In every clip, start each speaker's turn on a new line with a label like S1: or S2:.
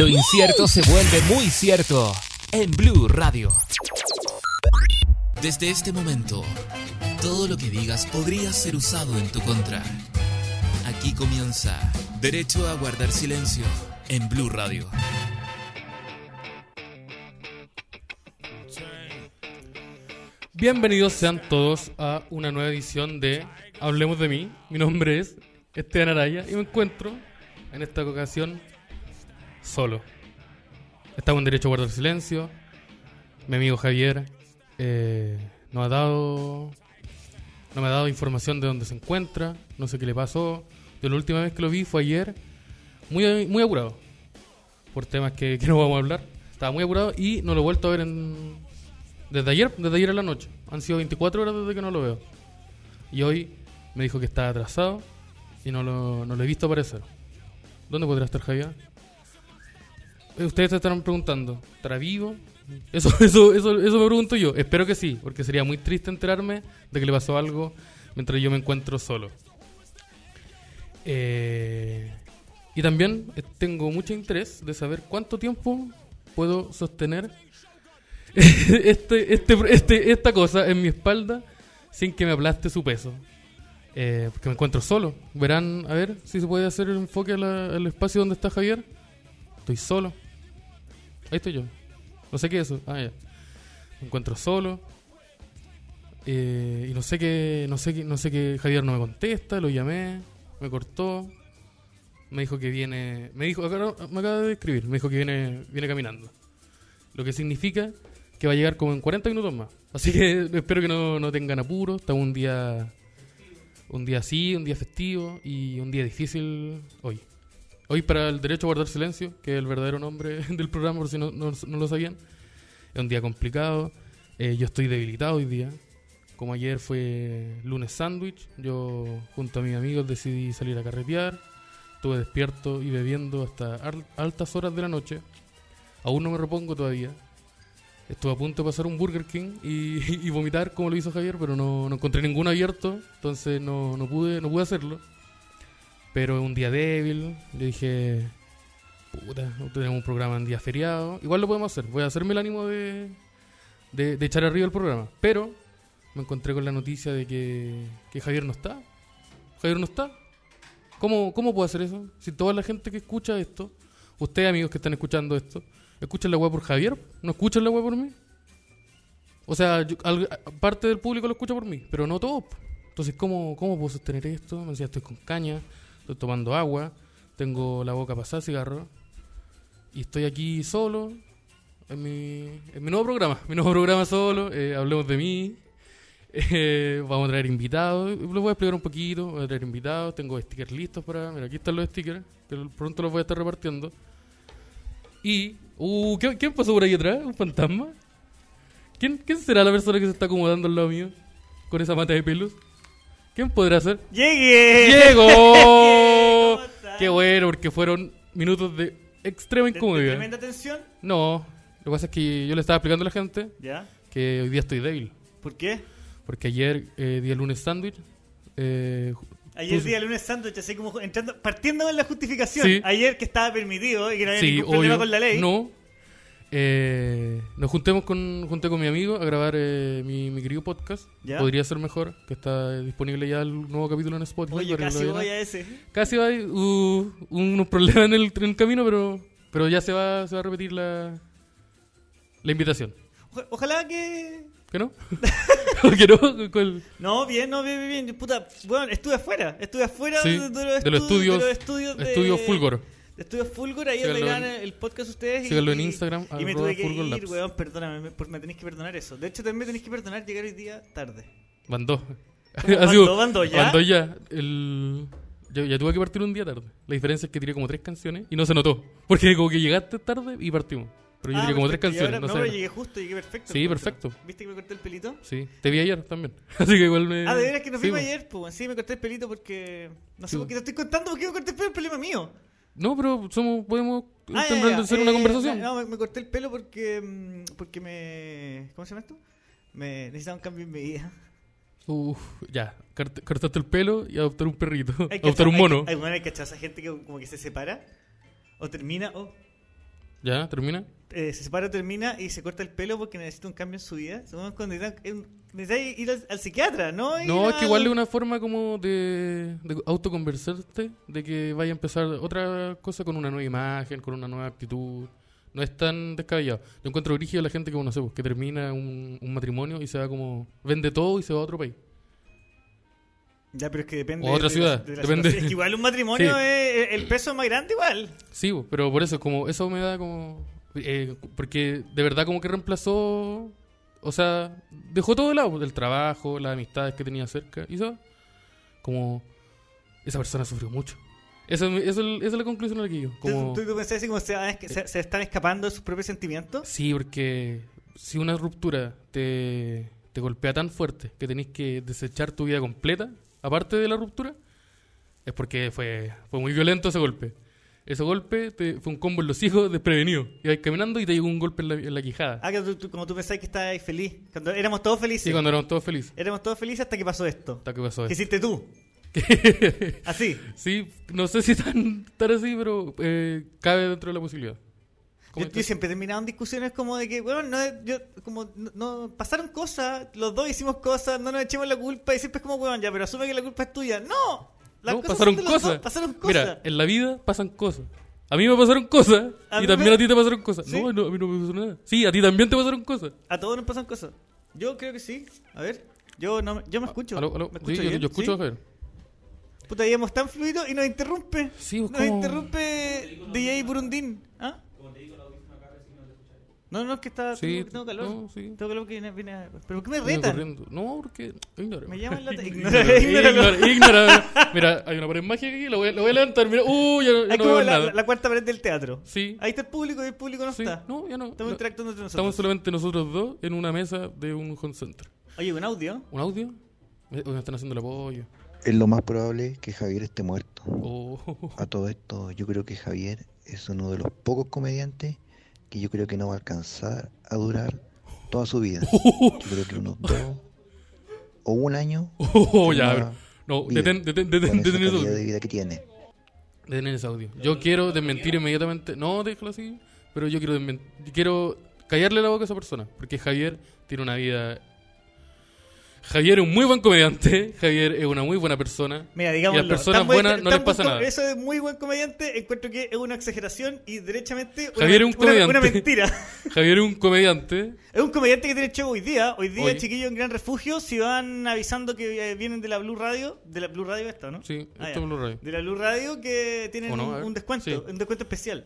S1: Lo incierto se vuelve muy cierto en Blue Radio. Desde este momento, todo lo que digas podría ser usado en tu contra. Aquí comienza Derecho a guardar silencio en Blue Radio.
S2: Bienvenidos sean todos a una nueva edición de Hablemos de mí. Mi nombre es Esteban Araya y me encuentro en esta ocasión solo. Estamos en Derecho a Guardar Silencio. Mi amigo Javier eh, nos ha dado. No me ha dado información de dónde se encuentra. No sé qué le pasó. Yo la última vez que lo vi fue ayer. Muy, muy apurado. Por temas que, que no vamos a hablar. Estaba muy apurado y no lo he vuelto a ver en, desde ayer, desde ayer en la noche. Han sido 24 horas desde que no lo veo. Y hoy me dijo que estaba atrasado y no lo, no lo he visto aparecer. ¿Dónde podrá estar Javier? Eh, Ustedes se estarán preguntando, ¿estará vivo? Eso, eso, eso, eso me pregunto yo. Espero que sí, porque sería muy triste enterarme de que le pasó algo mientras yo me encuentro solo. Eh, y también eh, tengo mucho interés de saber cuánto tiempo puedo sostener este, este, este- esta cosa en mi espalda sin que me aplaste su peso. Eh, porque me encuentro solo. Verán, a ver si se puede hacer el enfoque a la- al espacio donde está Javier. Estoy solo. Ahí estoy yo. No sé qué es eso. Ah, ya. Me encuentro solo. Eh, y no sé qué. No sé qué. No sé qué. Javier no me contesta. Lo llamé. Me cortó. Me dijo que viene. Me dijo. acá- Me acaba de escribir. Me dijo que viene. Viene caminando. Lo que significa que va a llegar como en 40 minutos más. Así que espero que no, no tengan apuro. Estamos un día. Un día así, un día festivo y un día difícil hoy. Hoy para el derecho a guardar silencio, que es el verdadero nombre del programa, por si no, no- no lo sabían. Es un día complicado. Eh, yo estoy debilitado hoy día. Como ayer fue lunes sándwich, yo junto a mis amigos decidí salir a carretear. Estuve despierto y bebiendo hasta al- altas horas de la noche. Aún no me repongo todavía. Estuve a punto de pasar un Burger King y, y vomitar como lo hizo Javier, pero no, no encontré ninguno abierto, entonces no, no pude no pude hacerlo. Pero es un día débil, yo dije, puta, no tenemos un programa en día feriado. Igual lo podemos hacer, voy a hacerme el ánimo de, de, de echar arriba el programa. Pero me encontré con la noticia de que, que Javier no está. Javier no está. ¿Cómo, ¿Cómo puedo hacer eso? Si toda la gente que escucha esto, ustedes amigos que están escuchando esto, escuchan la weá por Javier, no escuchan la weá por mí. O sea, yo- al- parte del público lo escucha por mí, pero no todo. po. Entonces, ¿cómo, cómo puedo sostener esto? Me decía, estoy con caña, estoy tomando agua, tengo la boca pasada de cigarro, y estoy aquí solo, en mi, en mi nuevo programa, mi nuevo programa solo, eh, hablemos de mí. Eh, vamos a traer invitados, les voy a explicar un poquito, voy a traer invitados, tengo stickers listos para... Mira, aquí están los stickers, que pronto los voy a estar repartiendo. Y. Uh, ¿qué- ¿Quién pasó por ahí atrás? ¿Un fantasma? ¿Quién, ¿Quién será la persona que se está acomodando al lado mío? Con esa mata de pelos. ¿Quién podrá ser?
S3: Llegué.
S2: ¡Llegó! ¡Qué bueno! Porque fueron minutos de extrema
S3: Te- te-
S2: incomodidad.
S3: Tremenda tensión.
S2: No, lo que pasa es que yo le estaba explicando a la gente
S3: ¿Ya?
S2: que hoy día estoy débil.
S3: ¿Por qué?
S2: Porque ayer, eh, día lunes sándwich. eh,
S3: Ayer
S2: puse-
S3: día lunes santo, así como entrando, partiendo con la justificación.
S2: Sí.
S3: Ayer que estaba permitido y que no había
S2: Sí,
S3: ningún problema
S2: obvio.
S3: con la ley.
S2: No. Eh, nos juntemos con, junté con mi amigo a grabar eh, mi, mi querido podcast.
S3: Ya.
S2: Podría ser mejor, que está disponible ya el nuevo capítulo en Spotify.
S3: Oye,
S2: para que
S3: casi
S2: lo vayan a-
S3: voy a ese.
S2: Casi va, hay, uh, unos problemas en el, en el camino, pero, pero ya se va, se va a repetir la, la invitación.
S3: Oja- Ojalá que.
S2: ¿Qué no? ¿Qué no? ¿Cuál?
S3: No, bien, no, bien, bien, bien. Puta, bueno, estuve afuera. Estuve afuera
S2: Sí,
S3: de, los
S2: de los
S3: estudios.
S2: estudios- Estudio Fulgor.
S3: De Estudios Fulgor, ahí
S2: Síganlo
S3: arreglaban
S2: en-
S3: el podcast ustedes. y-
S2: síganlo en
S3: y-
S2: Instagram,
S3: Y me
S2: arroba
S3: tuve que
S2: Fulgor
S3: ir,
S2: Labs.
S3: weón, perdóname, me, por- me tenéis que perdonar eso. De hecho, también me tenéis que perdonar llegar hoy día tarde.
S2: Van dos.
S3: ¿Cómo?
S2: Ha sido-
S3: ¿Van dos, van dos ya?
S2: Van dos ya. El- yo ya tuve que partir un día tarde. La diferencia es que tiré como tres canciones y no se notó. Porque como que llegaste tarde y partimos. Pero yo
S3: Ah,
S2: tiré como tres
S3: perfecto, y
S2: canciones.
S3: ahora-
S2: no,
S3: no,
S2: sé.
S3: pero llegué justo, llegué perfecto.
S2: Sí,
S3: encuentro.
S2: perfecto.
S3: ¿Viste que me corté el pelito?
S2: Sí, te vi ayer también. Así que igual me...
S3: Ah, de veras que nos
S2: Sí,
S3: vimos
S2: po.
S3: ayer, pues. Sí, me corté el pelito porque. No sé
S2: Sí,
S3: por qué te estoy contando, porque me corté el pelo, el problema es mío.
S2: No, pero somos, podemos
S3: Ah, ya,
S2: temprano
S3: ya,
S2: hacer
S3: eh,
S2: una conversación.
S3: No, me, me corté el pelo porque. mm, Porque me. ¿Cómo se llama esto? Me necesitaba un cambio en mi vida.
S2: Uf, ya, cart- cortaste el pelo y adoptar un perrito,
S3: Hay
S2: adoptar
S3: cachado-
S2: un mono.
S3: Hay, hay, bueno, hay cachado esa gente que como que se separa o termina o
S2: ¿Ya? ¿Termina?
S3: eh, se separa, termina y se corta el pelo porque necesita un cambio en su vida. Supongo que Necesita, eh, necesita ir al, al psiquiatra, ¿no? Ir
S2: No, es que
S3: al-
S2: igual es una forma como de, de autoconversarte, de que vaya a empezar otra cosa con una nueva imagen, con una nueva actitud. No es tan descabellado. Yo encuentro origen a la gente que, no sé, pues, que termina un, un matrimonio y se va como... Vende todo y se va a otro país.
S3: Ya, pero es que depende.
S2: O a otra
S3: de la-
S2: ciudad,
S3: de la
S2: depende.
S3: situación. Es que igual un matrimonio
S2: Sí.
S3: es el peso es más grande, igual.
S2: Sí, bo, pero por eso, como eso me da como... eh, porque de verdad como que reemplazó... O sea, dejó todo de lado, el trabajo, las amistades que tenía cerca. Y eso, como... Esa persona sufrió mucho. Eso, es mi- eso es- esa es la conclusión a la que yo. Como,
S3: ¿Tú, tú pensás así como se, van esca- se- se están escapando de sus propios sentimientos?
S2: Sí, porque si una ruptura te, te golpea tan fuerte que tenés que desechar tu vida completa, aparte de la ruptura, es porque fue, fue muy violento ese golpe. Ese golpe te- fue un combo en los hijos desprevenido. Ibas caminando y te llegó un golpe en la, en la quijada.
S3: Ah, que tú, tú- como tú pensás que estabas feliz. Cuando éramos todos felices.
S2: Sí, cuando Pues. éramos todos felices.
S3: Éramos todos felices hasta que pasó esto.
S2: Hasta que pasó
S3: ¿Qué
S2: esto.
S3: hiciste tú? Así.
S2: Sí, no sé si tan, tan así, pero eh, cabe dentro de la posibilidad.
S3: Yo,
S2: ¿Cómo
S3: yo
S2: estás?
S3: siempre terminaba en discusiones como de que, bueno, no, yo- como, no, no- pasaron cosas, los dos hicimos cosas, no nos echemos la culpa y siempre es como, weón, ya, pero asume que la culpa es tuya. ¡No! Las
S2: No,
S3: cosas
S2: pasaron
S3: son de los dos,
S2: cosas.
S3: pasaron cosas.
S2: Mira, en la vida pasan cosas. A mí me pasaron cosas
S3: A
S2: y
S3: mí
S2: también
S3: me-
S2: a ti te pasaron cosas.
S3: ¿Sí?
S2: No, no, a mí no me pasó nada. Sí, a ti también te pasaron cosas.
S3: A todos nos pasan cosas. Yo creo que sí. A ver, yo no, yo me escucho.
S2: Ah, Aló, aló.
S3: ¿Me
S2: Sí, yo,
S3: bien?
S2: yo escucho,
S3: ¿Sí?
S2: Javier.
S3: Puta, íbamos tan fluidos y nos interrumpe.
S2: Sí, pues,
S3: nos
S2: ¿cómo?
S3: interrumpe DJ Burundín. ¿Ah? No, no, es que está, Ah,
S2: Sí,
S3: tengo, tengo calor.
S2: no, sí.
S3: Tengo calor que viene, viene a- ¿Pero qué me
S2: Vine
S3: retan?
S2: corriendo. No, porque. Ignora.
S3: Me llaman la-
S2: Ignora,
S3: Ignora-
S2: ignora, ignora. Mira, hay una pared mágica aquí, la voy, a- la voy a levantar. Mira, uh, ya no, ya
S3: Hay
S2: no
S3: como
S2: veo
S3: la,
S2: nada.
S3: la cuarta pared del teatro.
S2: Sí.
S3: Ahí está el público y el público no
S2: sí.
S3: está.
S2: No, ya no.
S3: Estamos
S2: No,
S3: interactuando entre
S2: Estamos
S3: nosotros.
S2: solamente nosotros dos en una mesa de un home center.
S3: Oye, un audio.
S2: ¿Un audio? Eh, oh, Me están haciendo el apoyo.
S4: Es lo más probable que Javier esté muerto.
S2: Oh.
S4: A todo esto, yo creo que Javier es uno de los pocos comediantes que yo creo que no va a alcanzar a durar toda su vida. Yo creo que unos dos o un año.
S2: Oh, ya, a ver.
S4: Una
S2: No,
S4: vida
S2: detén, detén,
S4: con
S2: detén,
S4: esa
S2: detén eso.
S4: calidad de vida que tiene.
S2: Detener ese audio. Yo quiero desmentir inmediatamente. No, déjalo así. Pero yo quiero desmen- Quiero callarle la boca a esa persona. Porque Javier tiene una vida. Javier es un muy buen comediante. Javier es una muy buena persona.
S3: Mira, digamos.
S2: personas buenas no les pasa nada.
S3: Eso es muy buen comediante. Encuentro que es una exageración y derechamente. una-
S2: Javier es un
S3: una- una
S2: comediante.
S3: mentira.
S2: Javier es un comediante.
S3: Es un comediante que tiene show hoy día. Hoy día,
S2: Hoy.
S3: chiquillos en Gran Refugio, si van avisando que eh, vienen de la Blue Radio, de la Blue Radio esto, ¿no?
S2: Sí,
S3: Ah, ya.
S2: esto es Blue Radio.
S3: De la Blue Radio que tienen
S2: ¿O no?
S3: un-
S2: A ver.
S3: un, descuento,
S2: Sí.
S3: un descuento especial.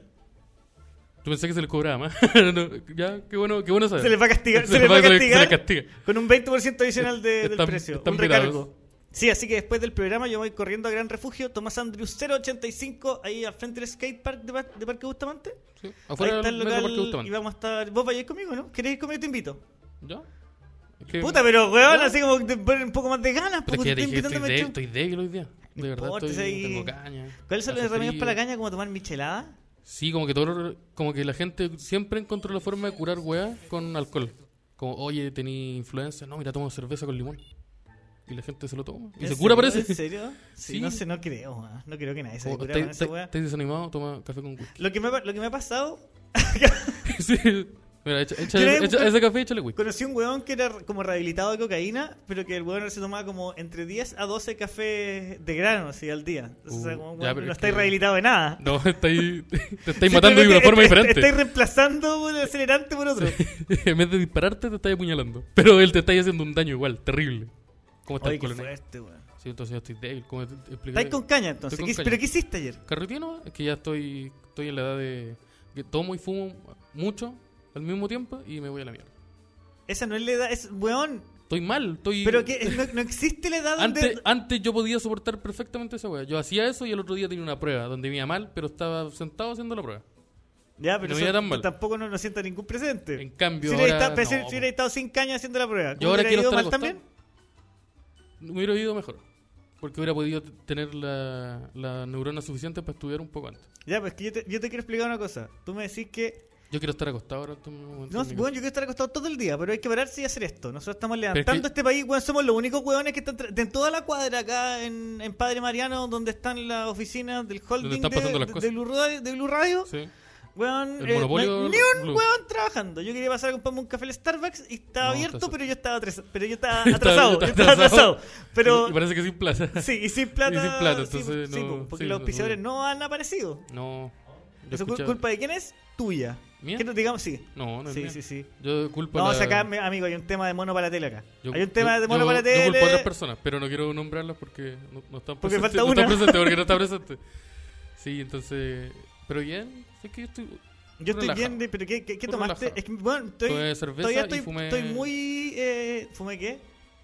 S2: Yo pensé que se le cobraba más. No, ya, qué bueno, qué bueno saber.
S3: Se les va a castigar, se,
S2: le
S3: les va a
S2: se le- se
S3: castigar
S2: le castiga.
S3: con un 20% adicional de-
S2: Están-
S3: del precio,
S2: están
S3: un
S2: virados.
S3: recargo. Sí, así que después del programa yo voy corriendo a Gran Refugio, Tomás Andrews 085, ahí al frente del skatepark de, Par- de Parque Bustamante.
S2: Sí,
S3: ahí
S2: Afuera
S3: está
S2: del
S3: el
S2: metro Parque
S3: local y
S2: Bustamante.
S3: vamos a estar... Vos vais a ir conmigo, ¿no? ¿Querés ir conmigo? Te invito.
S2: ¿Ya? Es que-
S3: Puta, pero weón, así como que te ponen un poco más de ganas,
S2: Pero
S3: porque
S2: Pues
S3: te
S2: es que ya te
S3: estoy
S2: dije, estoy,
S3: invitando a
S2: débil,
S3: mi show.
S2: estoy débil hoy día.
S3: No
S2: De verdad,
S3: importa,
S2: estoy,
S3: si-
S2: tengo caña.
S3: ¿Cuáles son
S2: hace
S3: las remedios
S2: frío.
S3: para la caña? ¿Como tomar michelada?
S2: Sí, como que todo lo- como que la gente siempre encontró la forma de curar weá con alcohol. Como, oye, tení influenza. No, mira, tomo cerveza con limón. Y la gente se lo toma. Y
S3: ¿En
S2: se
S3: serio?
S2: cura, parece.
S3: ¿En serio? Sí,
S2: Sí. Oh,
S3: no sé, no creo, weón. No creo que nadie se haya
S2: Como,
S3: curado con
S2: ¿Estás
S3: esa weá.
S2: estás desanimado? Toma café con whisky.
S3: Lo que me ha- lo que me ha pasado
S2: sí. Mira, echa, echa-
S3: Yo era-
S2: echa ese café y échale whisky.
S3: Conocí un weón que era como rehabilitado de cocaína, pero que el weón se tomaba como entre 10 a 12 cafés de grano así al día. Entonces, o sea,
S2: Uh,
S3: como,
S2: ya,
S3: weón,
S2: pero
S3: no
S2: es
S3: estáis
S2: que-
S3: rehabilitado de nada.
S2: No, estáis, te estáis matando de una forma diferente.
S3: Estáis reemplazando un acelerante por otro.
S2: en vez de dispararte, te estáis apuñalando. Pero él te está haciendo un daño igual, terrible. ¿Cómo está
S3: Oye,
S2: el
S3: qué
S2: coronel?
S3: fuerte, weón.
S2: Sí, entonces yo estoy débil. ¿Cómo te- te explico?
S3: Estáis con caña entonces.
S2: Estoy con
S3: ¿Qué-
S2: caña.
S3: ¿Pero qué hiciste ayer?
S2: Carreteo no, es que ya estoy, estoy en la edad de que tomo y fumo mucho al mismo tiempo y me voy a la mierda.
S3: Esa no es la edad, es weón.
S2: Estoy mal, estoy...
S3: Pero que no, no existe la edad donde.
S2: Antes, antes yo podía soportar perfectamente esa weá. Yo hacía eso y el otro día tenía una prueba donde me iba mal, pero estaba sentado haciendo la prueba.
S3: ya, pero
S2: no
S3: eso
S2: era tan mal.
S3: tampoco no, no sienta ningún presente.
S2: En cambio,
S3: si hubiera
S2: ahora
S3: estado, pero si-
S2: no,
S3: si hubiera estado 5 años haciendo la prueba,
S2: Yo
S3: ¿cómo
S2: ahora
S3: te hubiera
S2: quiero
S3: ido
S2: estar
S3: mal
S2: acostado.
S3: también?
S2: Me hubiera ido mejor. Porque hubiera podido t- tener la, la neurona suficiente para estudiar un poco antes.
S3: Ya, pues que yo te, yo te quiero explicar una cosa. Tú me decís que.
S2: Yo quiero estar acostado ahora. en este momento
S3: No,
S2: en mi
S3: bueno, yo quiero estar acostado todo el día, pero hay que pararse y hacer esto. Nosotros estamos
S2: es que-
S3: levantando este país, weón. Somos los únicos weones que están. tra- de en toda la cuadra acá en, en Padre Mariano, donde están las oficinas del holding
S2: están
S3: de,
S2: pasando las
S3: de-
S2: cosas.
S3: de Blue Radio. de Blue Radio.
S2: casa. Sí.
S3: Weón,
S2: El
S3: eh,
S2: monopolio
S3: no hay ni un
S2: Blue.
S3: weón trabajando. Yo quería pasar a comprarme un café al Starbucks y estaba
S2: No,
S3: abierto,
S2: atrasado.
S3: pero yo estaba, atrasado, pero yo estaba
S2: Estaba-
S3: atrasado.
S2: estaba
S3: estaba
S2: atrasado.
S3: atrasado.
S2: Y, y
S3: Pero
S2: parece que sin plaza.
S3: sí, y sin plata.
S2: Y sin plata,
S3: sí,
S2: entonces
S3: sí,
S2: no-
S3: porque
S2: sí,
S3: los
S2: no-
S3: auspiciadores no han aparecido.
S2: No. Yo
S3: ¿Eso cul-
S2: escuchaba-
S3: culpa de quién es? Tuya.
S2: ¿Mía?
S3: Que no digamos sí.
S2: No, no es
S3: sí,
S2: mía.
S3: sí, sí.
S2: Yo culpo
S3: No,
S2: a
S3: o
S2: la-
S3: sea, acá, mi- amigo, hay un tema de mono para la tele acá.
S2: eh, yo-
S3: hay un tema
S2: yo-
S3: de mono
S2: yo-
S3: para la
S2: Yo culpo a otras
S3: tele.
S2: personas, pero no quiero nombrarlas porque no, no están
S3: Porque
S2: presentes.
S3: falta
S2: no están
S3: una.
S2: presentes, porque no están presentes. Sí, entonces... Pero bien, sé que yo estoy...
S3: Yo estoy
S2: relajado.
S3: bien, de- pero ¿qué, qué, qué
S2: Tú
S3: tomaste?
S2: relajado.
S3: Es que, bueno, estoy,
S2: Tomé cerveza
S3: todavía
S2: y
S3: estoy,
S2: fumé-
S3: estoy muy... Eh, ¿Fumé qué?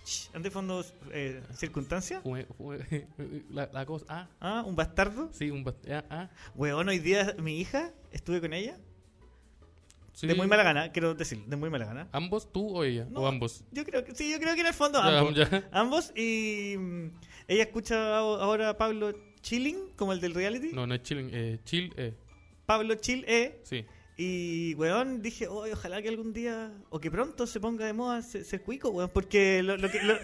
S3: Shh, ¿Andé fondo eh, circunstancia?
S2: Fue- fue- la, la cosa... Ah,
S3: Ah, un bastardo.
S2: sí, un... bast- Ah, ah,
S3: Weón, hoy día mi hija, estuve con ella.
S2: sí.
S3: De muy mala gana, quiero decir, de muy mala gana.
S2: ¿Ambos? ¿Tú o ella?
S3: No,
S2: ¿O ambos?
S3: Yo creo que, sí, yo creo que en el fondo
S2: Ya,
S3: ambos.
S2: ya.
S3: Ambos y mm, ella escucha aho- ahora a Pablo Chilling, como el del reality.
S2: No, no es chilling. Eh, chill, eh.
S3: Pablo Chill E.
S2: Sí.
S3: Y, weón, dije, "Oy, ojalá que algún día, o que pronto se ponga de moda ser, ser cuico, weón, porque lo, lo que... lo-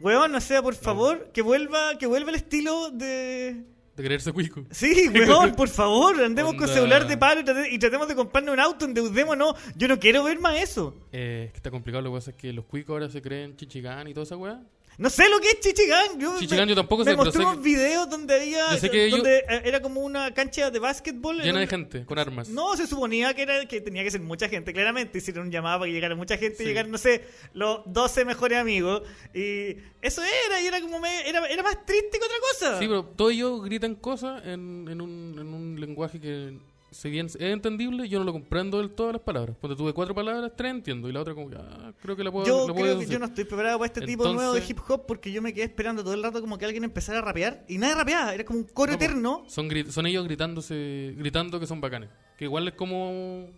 S3: weón, o sea, por favor, que vuelva que vuelva el estilo de...
S2: De creerse cuico.
S3: Sí, weón, por favor, andemos con
S2: Onda.
S3: celular de palo y, trate- y tratemos de comprarnos un auto, endeudémonos. Yo no quiero ver más eso.
S2: Eh, es que está complicado. Lo que pasa es que los cuicos ahora se creen chichigán y toda esa weá.
S3: No sé lo que es Chichigán. Yo,
S2: Chichigán
S3: me-
S2: yo
S3: me
S2: tampoco sé, pero
S3: mostró
S2: sé
S3: unos
S2: que-
S3: videos donde había.
S2: Yo sé que
S3: donde eh, era como una cancha de básquetbol. en
S2: Llena de
S3: donde-
S2: gente, con armas.
S3: No, se suponía que, era, que tenía que ser mucha gente, claramente. Hicieron un llamado para que llegara mucha gente,
S2: Sí.
S3: llegaron, no sé, los 12 mejores amigos. Y eso era, y era como. me- era, era más triste que otra cosa.
S2: Sí, pero todos ellos gritan cosas en, en, un, en un lenguaje que, si bien es entendible, yo no lo comprendo del todo las palabras. Cuando tuve cuatro palabras, tres entiendo. Y la otra, como que, ah, creo que la puedo.
S3: Yo
S2: la puedo
S3: creo que
S2: deducir.
S3: yo no estoy preparado para este tipo nuevo de
S2: Entonces-
S3: hip hop porque yo me quedé esperando todo el rato como que alguien empezara a rapear y nadie rapeaba, era como un coro
S2: No, pues,
S3: eterno.
S2: Son, gri- son ellos gritándose, gritando que son bacanes. Que igual es como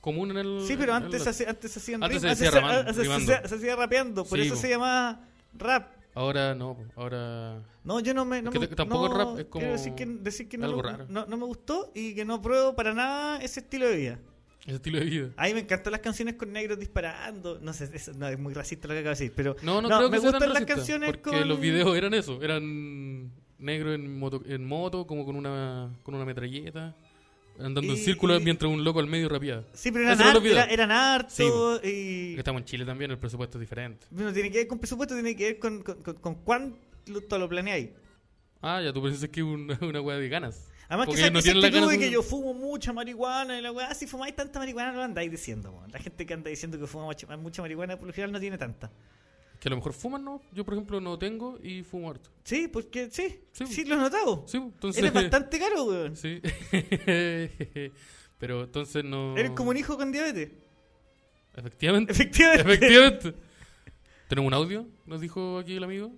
S2: común en el.
S3: Sí, pero
S2: en
S3: antes,
S2: el-
S3: hace- antes se hacían
S2: Mm, Antes
S3: rim-
S2: se decía
S3: se-
S2: ramando,
S3: se-
S2: rimando.
S3: se- se hacía rapeando, por
S2: Sí,
S3: eso
S2: po.
S3: se llamaba rap.
S2: Ahora no, po, ahora.
S3: No, yo no me. No
S2: Es que
S3: me-
S2: t- tampoco
S3: no-
S2: el rap es como
S3: Quiero decir que, decir que no,
S2: algo
S3: me-
S2: raro.
S3: No, no me gustó y que no apruebo para nada ese estilo de vida.
S2: Ese estilo de vida.
S3: A mí me encantan las canciones con negros disparando. No sé, eso no, es muy racista lo que acabo de decir, pero.
S2: No, no, creo
S3: me
S2: que sea tan
S3: gustan las
S2: racista,
S3: canciones
S2: Porque
S3: con.
S2: los videos eran eso, eran negros en moto, en moto como con una, con una metralleta, andando
S3: Y-
S2: en círculo
S3: y-
S2: mientras un loco al medio rapeaba.
S3: Sí, pero eran,
S2: Eso no lo
S3: hartos,
S2: olvido.
S3: era- eran
S2: Sí, po.
S3: hartos
S2: Que
S3: y.
S2: Estamos en Chile también, el presupuesto es diferente.
S3: No tiene que ver con presupuesto, tiene que ver con, con, con, con cuánto lo planeáis.
S2: Ah, ya tú piensas que es una, una weá de ganas.
S3: Además
S2: Porque
S3: que esa,
S2: no
S3: esa
S2: tienen la
S3: actitud
S2: ganas
S3: de que
S2: de-
S3: yo fumo mucha marihuana y la weá, si fumáis tanta marihuana no lo andáis diciendo, weón. La gente que anda diciendo que fuma mucha, mucha marihuana por lo general no tiene tanta.
S2: Que a lo mejor fuman, ¿no? Yo, por ejemplo, no tengo y fumo harto.
S3: Sí, porque sí,
S2: Sí.
S3: sí, lo he notado.
S2: Sí, pues, entonces...
S3: Eres bastante caro, weón.
S2: Sí. Pero entonces no...
S3: Eres como un hijo con diabetes.
S2: Efectivamente.
S3: Efectivamente.
S2: Efectivamente. ¿Tenemos un audio? Nos dijo aquí el amigo.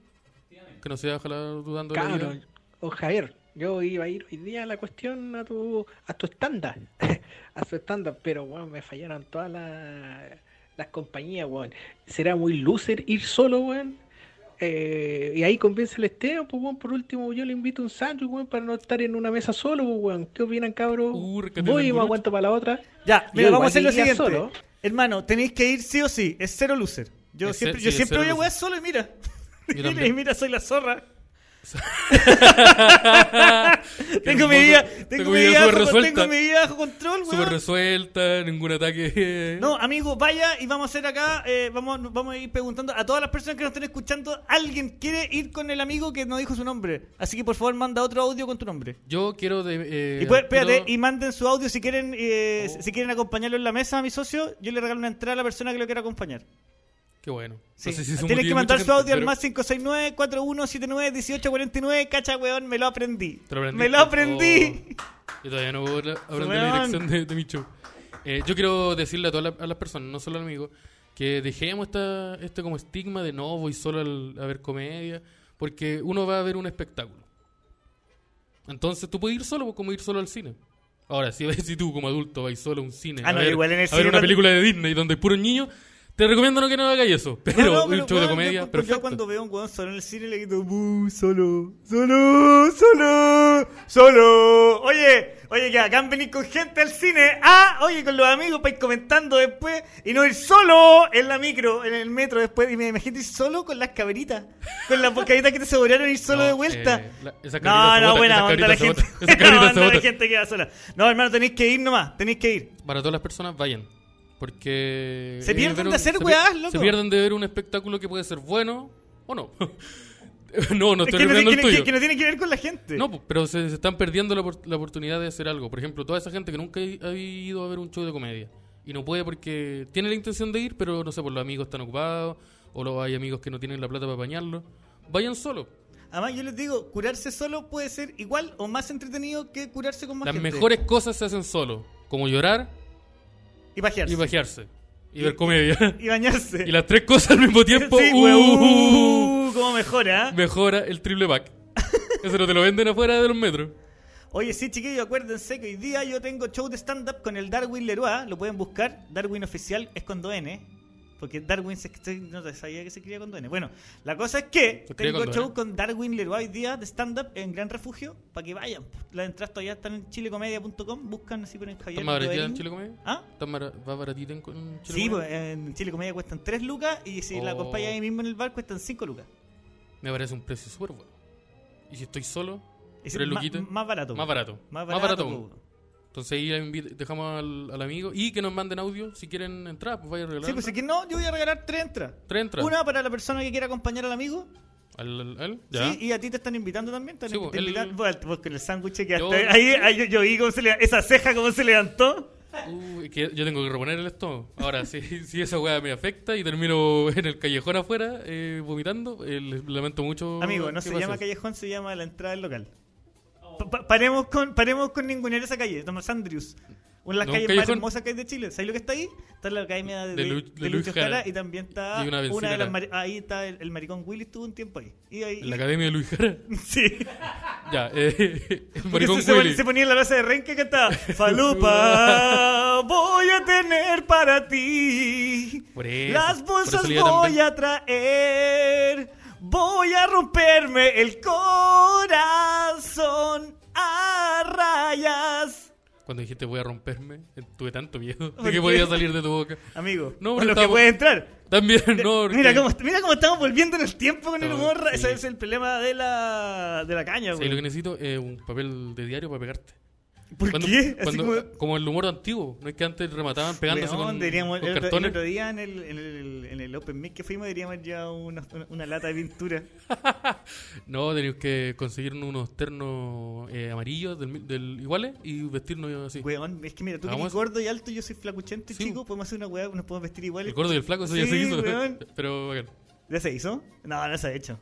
S2: Que no sea, ojalá, dudando de la vida.
S5: Cabrón, o Javier, yo iba a ir hoy día a la cuestión a tu a tu estándar, a su estándar, pero bueno, me fallaron todas las, las compañías, weón. Será muy loser ir solo, weón. Eh, y ahí convence el Esteban, pues weón, por último yo le invito un sándwich, weón, para no estar en una mesa solo, pues weón. ¿Qué opinan, cabros?
S2: Uh, recate
S5: Voy y
S2: sándwich.
S5: me aguanto para la otra.
S3: Ya,
S5: Yo
S3: mira, vamos a
S5: igual
S3: hacer lo
S5: iría
S3: siguiente.
S5: solo.
S3: Hermano, tenéis que ir sí o sí. Es cero loser. Yo
S2: Es
S3: siempre,
S2: ce-
S3: yo
S2: sí, es
S3: siempre
S2: cero
S3: voy a
S2: loser.
S3: weá solo y mira.
S2: Yo
S3: Mira,
S2: también.
S3: y mira, soy la zorra.
S2: hermoso.
S3: tengo mi vida, tengo
S2: Tengo mi
S3: mi vida,
S2: vida súper
S3: bajo-
S2: resuelta.
S3: tengo mi vida bajo control, weón.
S2: Súper resuelta, ningún ataque. eh.
S3: No, amigo, vaya y vamos a hacer acá, eh, vamos, vamos a ir preguntando a todas las personas que nos estén escuchando, alguien quiere ir con el amigo que no dijo su nombre. Así que por favor manda otro audio con tu nombre.
S2: Yo quiero. De, eh,
S3: y pues, espérate,
S2: quiero-
S3: y manden su audio si quieren, eh,
S2: Oh.
S3: si quieren acompañarlo en la mesa a mi socio, yo le regalo una entrada a la persona que lo quiera acompañar.
S2: Qué bueno.
S3: Sí.
S2: No sé si se
S3: Tienes
S2: motive
S3: que mandar
S2: mucha
S3: su
S2: gente,
S3: audio al
S2: pero-
S3: más 569 4179 1849 cacha weón, me lo aprendí.
S2: Te lo aprendiste.
S3: me lo aprendí.
S2: Oh, yo todavía no puedo la- aprender la
S3: Weón.
S2: dirección de, de mi show. Eh, yo quiero decirle a todas las- a las personas, no solo al amigo, que dejemos esta, este como estigma de no voy solo al- a ver comedia, porque uno va a ver un espectáculo. Entonces tú puedes ir solo, pues, como ir solo al cine. Ahora, si, si tú como adulto vas solo a un cine
S3: Ah,
S2: a,
S3: no,
S2: ver,
S3: igual en el
S2: a ver
S3: cine
S2: una
S3: no-
S2: película de Disney donde hay puros niños, te Te recomiendo no que no hagáis eso. Pero,
S3: No, no,
S2: un show de
S3: weón,
S2: comedia,
S3: yo, cu-
S2: perfecto.
S3: Yo cuando veo a un weón solo en el cine le grito, "Bu, solo, solo, solo, solo. Oye, oye, que acá venir con gente al cine. Ah, oye, con los amigos para ir comentando después. Y no ir solo en la micro, en el metro después. Y me imagino ir solo con las caberitas. Con las caberitas que te aseguraron ir solo
S2: No,
S3: de vuelta.
S2: eh, la- esas
S3: no,
S2: caritas se
S3: no,
S2: botan,
S3: buena
S2: esas
S3: onda la
S2: caritas se
S3: gente.
S2: botan, esas caritas
S3: Buena
S2: se
S3: onda la
S2: botan.
S3: gente que va sola. No, hermano, tenéis que ir nomás, tenéis que ir.
S2: Para todas las personas, vayan. Porque.
S3: Se
S2: es
S3: pierden
S2: ver
S3: de
S2: un-
S3: hacer
S2: se pier-
S3: weás, loco.
S2: Se pierden de ver un espectáculo que puede ser bueno o no.
S3: Es que no,
S2: no, no estoy recomendando
S3: tiene-
S2: el
S3: que-
S2: tuyo.
S3: que no tiene que ver con la gente.
S2: No, pu- pero se, se están perdiendo la, opor- la oportunidad de hacer algo. Por ejemplo, toda esa gente que nunca i- ha ido a ver un show de comedia y no puede porque tiene la intención de ir, pero no sé, por los amigos están ocupados o los, hay amigos que no tienen la plata para apañarlo. Vayan solo.
S3: Además, yo les digo, curarse solo puede ser igual o más entretenido que curarse con más
S2: Las
S3: gente.
S2: mejores cosas se hacen solo, como llorar
S3: Y pajearse.
S2: y bajearse y
S3: Y-
S2: ver comedia.
S3: Y bañarse.
S2: y las tres cosas al mismo tiempo.
S3: Sí,
S2: ¡uh!
S3: weón, uh, cómo mejora. ¿eh?
S2: mejora el triple pack. Eso no te lo venden afuera de los metros.
S3: Oye, sí, chiquillos, acuérdense que hoy día yo tengo show de stand-up con el Darwin Leroy. ah, Lo pueden buscar. Darwin oficial es con do N. Porque Darwin se, se- no te sabía que se escribía con do N. Bueno, la cosa es que
S2: Se escribe
S3: tengo
S2: con do N.
S3: show con Darwin Leroy hoy día de stand-up en Gran Refugio. Para que vayan. Las entradas todavía están en chilecomedia.com. Buscan así ponen Javier.
S2: ¿Estás más baratita en
S3: Leovarín.
S2: Chile Comedia?
S3: ¿Ah?
S2: ¿Estás mara- más baratita en co- en Chile
S3: Sí,
S2: Comedia?
S3: pues, en Chile Comedia cuestan 3 lucas y si la
S2: Oh.
S3: acompañas ahí mismo en el bar cuestan 5 lucas. eh.
S2: Me parece un precio súper bueno. Y si estoy solo,
S3: Es
S2: Tres
S3: ma-
S2: luquitas.
S3: más barato. pues.
S2: más barato.
S3: Más
S2: Más barato. pues.
S3: barato. pues.
S2: aún. Entonces ahí invi- dejamos al, al amigo y que nos manden audio si quieren entrar, pues vaya a regalar.
S3: Sí, pues si que no, yo voy a regalar 3 entradas.
S2: Tres entradas.
S3: Una para la persona que quiera acompañar al amigo.
S2: Al, al- al- ya.
S3: Sí, y a ti te están invitando también. Te
S2: Sí,
S3: te
S2: pues, el-
S3: invitan- Bueno, pues, con el sándwich que
S2: Yo-
S3: hasta ahí, ahí yo, yo vi cómo se le, esa ceja cómo se levantó.
S2: Uy, que yo tengo que reponer el estómago. Ahora, si, si esa weá me afecta y termino en el callejón afuera eh, vomitando, eh, les lamento mucho.
S3: Amigo, no
S2: que
S3: se
S2: pase
S3: llama
S2: eso.
S3: callejón, se llama la entrada del local. Pa- pa- paremos con paremos con ningunear esa calle, Tomás Andrews. Una de las
S2: No, un
S3: calles más
S2: callejón.
S3: hermosas que hay de Chile. ¿Sabes lo que está ahí? Está la academia de,
S2: De
S3: de-
S2: Lu-
S3: de
S2: de Luis
S3: Lucho Jara,
S2: Jara.
S3: y también está
S2: Y una
S3: una, de
S2: bencinera.
S3: las mari- ahí está el, el maricón Willy estuvo un tiempo ahí. Y ahí
S2: En la academia de Luis Jara.
S3: sí.
S2: Ya, eh, el
S3: Porque
S2: maricón
S3: se- se,
S2: Willy.
S3: ponía, se ponía en la base de Renca que cantaba Falupa, voy a tener para ti
S2: Por eso,
S3: Las
S2: por
S3: bolsas
S2: eso le
S3: voy
S2: iba tan bien.
S3: a traer Voy a romperme el corazón a rayas
S2: Cuando dijiste voy a romperme, eh, tuve tanto miedo
S3: ¿Por
S2: de
S3: qué?
S2: que podía salir de tu boca.
S3: Amigo,
S2: No,
S3: no,
S2: pero
S3: lo que
S2: estamos-
S3: puede entrar
S2: También, no.
S3: Mira
S2: porque-
S3: cómo, mira cómo estamos volviendo en el tiempo con el
S2: Estamos-
S3: humor.
S2: sí.
S3: Ese es el problema de la, de la caña,
S2: Sí, lo
S3: güey.
S2: que necesito es un papel de diario para pegarte.
S3: ¿Por
S2: Cuando-
S3: qué? Así
S2: cuando-
S3: como-
S2: como... el humor antiguo. No es que antes remataban pegándose
S3: Weón,
S2: con,
S3: deberíamos-
S2: con
S3: el, otro- el
S2: cartones.
S3: otro día en el, en el, en el Open Mic que fuimos deberíamos ya una, una, una lata de pintura.
S2: No, teníamos que conseguirnos unos ternos eh, amarillos del, mi- del iguales y vestirnos así.
S3: Weón, es que mira, tú que
S2: Hagamos
S3: eres
S2: eso.
S3: gordo y alto, yo soy flacuchento y
S2: Sí.
S3: chico, podemos hacer una weá, nos podemos vestir iguales.
S2: El gordo y el flaco, eso ya
S3: Sí,
S2: se hizo.
S3: weón.
S2: Pero bacán,
S3: ¿Ya se hizo? No, no se ha hecho.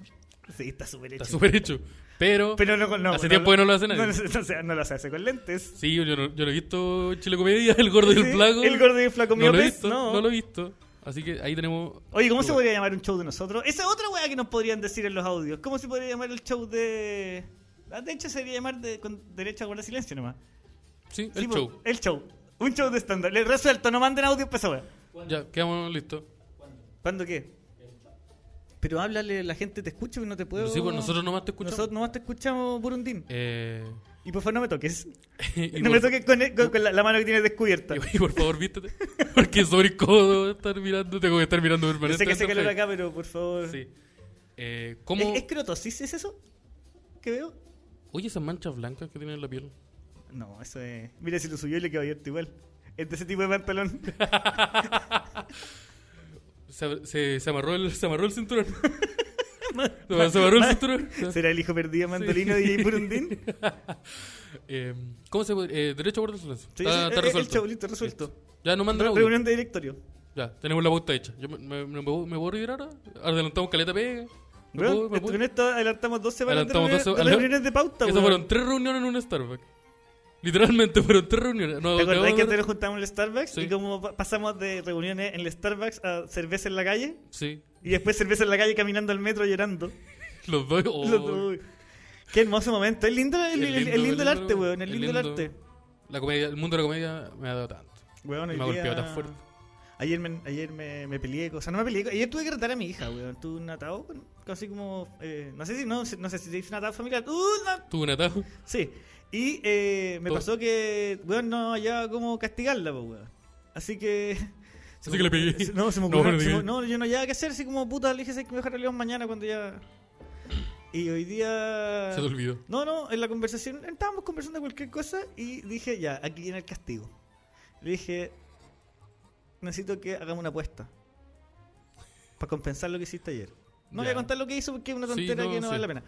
S3: Sí, está súper hecho.
S2: está súper hecho. Pero,
S3: Pero no, con- no,
S2: hace tiempo que no lo hace nadie.
S3: No, no, no, se- no lo hace con lentes.
S2: Sí, yo no, yo no he visto Chile Comedia, el gordo y el
S3: Sí,
S2: flaco.
S3: el gordo y el flaco
S2: no lo he
S3: miopes,
S2: visto,
S3: no.
S2: no lo he visto. Así que ahí tenemos.
S3: Oye, ¿cómo se
S2: lugar.
S3: podría llamar un show de nosotros? Esa es otra weá que nos podrían decir en los audios. ¿Cómo se podría llamar el show de...? Ah, De hecho, sería llamar de, con derecho a guardar silencio nomás.
S2: Sí,
S3: Sí,
S2: el
S3: po,
S2: show.
S3: El show. Un show de stand-up. Le resuelto, no manden audio para esa wea.
S2: Ya, quedamos listos.
S3: ¿Cuándo qué? Pero háblale, la gente te escucha y no te puedo.
S2: Sí, pues nosotros nomás te escuchamos.
S3: Nosotros nomás te escuchamos, Burundín.
S2: Eh,
S3: Y por favor no me toques.
S2: y,
S3: no
S2: por,
S3: me toques con, con- con la, la mano que tienes descubierta.
S2: y por favor, vístete. Porque sobre incómodo estar mirando, tengo que estar mirando
S3: Yo sé
S2: permanentemente.
S3: que hace calor
S2: al
S3: acá, pero por favor.
S2: Facebook. Sí. Eh, ¿Cómo?
S3: ¿Es, ¿Es crotosis? ¿Es eso? ¿Qué veo?
S2: Oye, esas manchas blancas que tiene en la piel.
S3: No, eso es. Mira si lo subió y le quedó abierto igual. Es de ese tipo de pantalón.
S2: Se, se, se amarró, el, se amarró el cinturón. se amarró el cinturón.
S3: ¿Será el hijo perdido de mandolino
S2: Sí.
S3: de DJ Burundín?
S2: Eh, ¿Cómo se puede? Eh, derecho a guardar silencio.
S3: Sí,
S2: está,
S3: sí,
S2: está
S3: eh, eh,
S2: resuelto.
S3: El show listo, resuelto.
S2: Ya no mandan audio.
S3: Reunión de directorio.
S2: Ya, tenemos la pauta hecha. Yo me, me, me, puedo- me puedo retirar ahora. Adelantamos caleta pega. Me
S3: Weón,
S2: puedo- me
S3: esto-
S2: puedo-
S3: con esto adelantamos dos semanas de
S2: Adelantamos
S3: reuniones-
S2: dos
S3: de,
S2: semanas.
S3: reuniones de pauta,
S2: Eso
S3: weón.
S2: fueron tres reuniones en un Starbucks. Literalmente fueron tres reuniones. No,
S3: ¿Te acordás
S2: acabamos
S3: que
S2: de-
S3: antes nos juntamos en el Starbucks?
S2: Sí.
S3: Y como pa- pasamos de reuniones en el Starbucks a cerveza en la calle.
S2: Sí,
S3: Y después cerveza en la calle caminando al metro llorando.
S2: los dos. oh.
S3: Los dos. Qué hermoso momento. Es lindo el,
S2: Es
S3: el- el lindo, el arte, weón. Es
S2: es
S3: lindo el arte.
S2: La comedia, el mundo de la comedia me ha dado tanto.
S3: Weón,
S2: Me
S3: el
S2: ha golpeado
S3: día-
S2: tan fuerte.
S3: Ayer me, ayer me, me peleé, o sea, no me peleé. Ayer tuve que retar a mi hija, weón. Tuve un atado, con- casi como. eh, no sé si no, no sé si te dice un atado familiar. ¡Uh, no!
S2: Tuve un atajo.
S3: Sí. Y eh, me
S2: Todo.
S3: pasó que, weón, no hallaba cómo castigarla, pues, weón. Así que.
S2: Así que le pegué.
S3: se- No, se me
S2: No,
S3: ocurrió.
S2: no le
S3: se me-
S2: pegué.
S3: no, yo no hallaba qué hacer, así como puta, le dije "Sabes que me voy a dejar mañana cuando ya. Y hoy día.
S2: Se te olvidó.
S3: No, no, en la conversación, estábamos conversando de cualquier cosa y dije, ya, aquí viene el castigo. Le dije, necesito que hagamos una apuesta para compensar lo que hiciste ayer. No voy
S2: Ya.
S3: a contar lo que hizo porque es una
S2: Sí,
S3: tontera
S2: no,
S3: que no
S2: sí.
S3: vale la pena.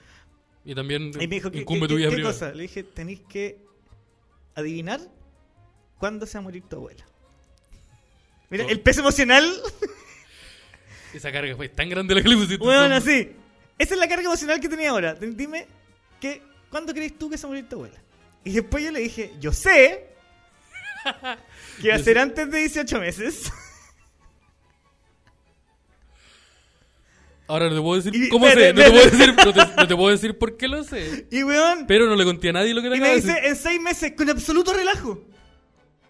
S2: Y también
S3: Y me dijo, ¿qué,
S2: incumbe
S3: qué-
S2: tu vida
S3: qué
S2: privada.
S3: cosa? Le dije, tenéis que adivinar cuándo se va a morir tu abuela. Mira,
S2: Oh.
S3: el peso emocional,
S2: Esa carga fue tan grande la que le pusiste.
S3: bueno,
S2: entonces.
S3: así. Esa es la carga emocional que tenía ahora. D- Dime, que, ¿cuándo crees tú que se va a morir tu abuela? Y después yo le dije, yo sé que va a
S2: Yo
S3: ser
S2: sé.
S3: antes de 18 meses.
S2: Ahora no te puedo decir
S3: Y-
S2: cómo
S3: ve,
S2: sé,
S3: ve,
S2: no te,
S3: ve,
S2: puedo
S3: ve.
S2: decir, no, te, no te puedo decir por qué lo sé.
S3: Y weón,
S2: Pero no le conté a nadie lo que te
S3: y
S2: acabo
S3: me
S2: de
S3: dice,
S2: decir.
S3: en 6 meses, con absoluto relajo.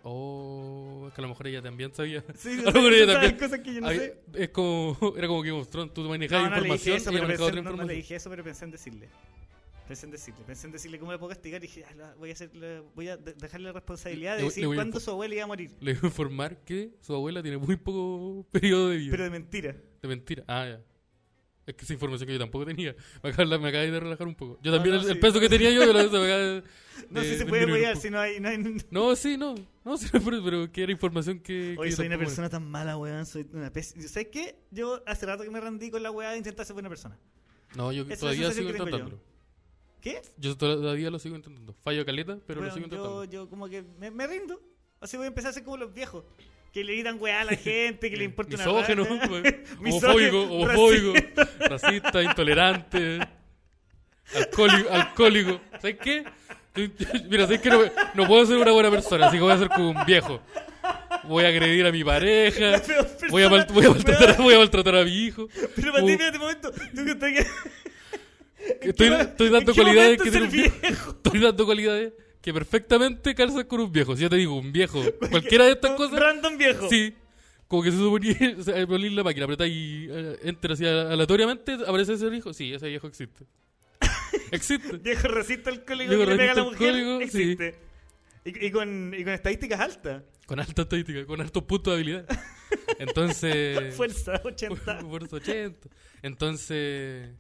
S2: Oh, es que a lo mejor ella también sabía.
S3: Sí,
S2: a lo mejor ella
S3: sabe
S2: también.
S3: cosas que yo no
S2: Ay,
S3: sé.
S2: Es como, era como Game of Thrones, tú
S3: No,
S2: manejabas
S3: no le dije
S2: información
S3: eso,
S2: y yo
S3: pero pensé,
S2: manejaba otra
S3: no, no
S2: información.
S3: le dije eso, pero pensé en decirle. Pensé en decirle, pensé en decirle cómo le puedo castigar y dije, "Ah, la- voy a, hacer, la- voy a de- dejarle la responsabilidad
S2: Le
S3: de
S2: voy-
S3: decir
S2: le voy a
S3: cuándo
S2: impo-
S3: su abuela iba a morir.
S2: Le iba a informar que su abuela tiene muy poco periodo de vida.
S3: Pero de mentira.
S2: De mentira. Ah, ya. Es que esa información que yo tampoco tenía. Me acabas me acabas de relajar un poco. Yo también,
S3: no,
S2: el, el
S3: sí.
S2: peso que tenía yo, yo lo eso me acaba de-
S3: No
S2: de-
S3: sé si se
S2: Eh, de
S3: puede
S2: disminuir un
S3: apoyar,
S2: poco.
S3: si no hay... No hay
S2: No, sí, no. No, sí, pero, pero que era información que.
S3: Hoy
S2: que yo
S3: soy una
S2: tampoco-
S3: persona tan mala, weón, soy una pésima. ¿Sabes qué? Yo hace rato que me rendí con la weá de intentar ser buena persona.
S2: No, yo
S3: Esa es la
S2: todavía
S3: sensación
S2: sigo
S3: que tengo yo.
S2: intentándolo.
S3: ¿Qué?
S2: Yo. todavía lo sigo intentando. Fallo caleta, pero lo
S3: Weón,
S2: sigo intentando.
S3: yo, yo como que me, me rindo. Así voy a empezar a ser como los viejos. Que le gritan weá a la gente, que le importa una raja.
S2: Eh, Misógeno,
S3: Misógino,
S2: Pues, homofóbico, homofóbico,
S3: racista.
S2: racista, intolerante, alcohólico. alcohólico. ¿Sabes qué? Yo- yo- Mira, ¿sabes qué? No, no puedo ser una buena persona, así que voy a ser como un viejo. Voy a agredir a mi pareja,
S3: peor
S2: voy a, mal-
S3: persona.
S2: voy a maltratar, voy a maltratar a mi hijo.
S3: Pero
S2: Como-
S3: Martín, espérate un momento. Tú que estás-
S2: estoy,
S3: qué-
S2: estoy
S3: en
S2: dando
S3: qué
S2: cualidades
S3: momento
S2: que
S3: ser
S2: tiene un viejo. Estoy dando cualidades que perfectamente calzan con un viejo. Si yo te digo un viejo, cualquiera de estas
S3: Un
S2: cosas,
S3: Random viejo.
S2: Sí. Como que se suponía o sea, abrir la máquina, apretar y eh, enter así aleatoriamente, aparece ese viejo. Sí, ese viejo existe. existe.
S3: Viejo racista alcohólico
S2: Viejo
S3: que le pega a la
S2: racista
S3: mujer.
S2: alcohólico, sí.
S3: existe. Y, y con, y con estadísticas altas.
S2: Con alta estadística, con altos puntos de habilidad. Entonces.
S3: Fuerza 80.
S2: Fuerza 80. Entonces.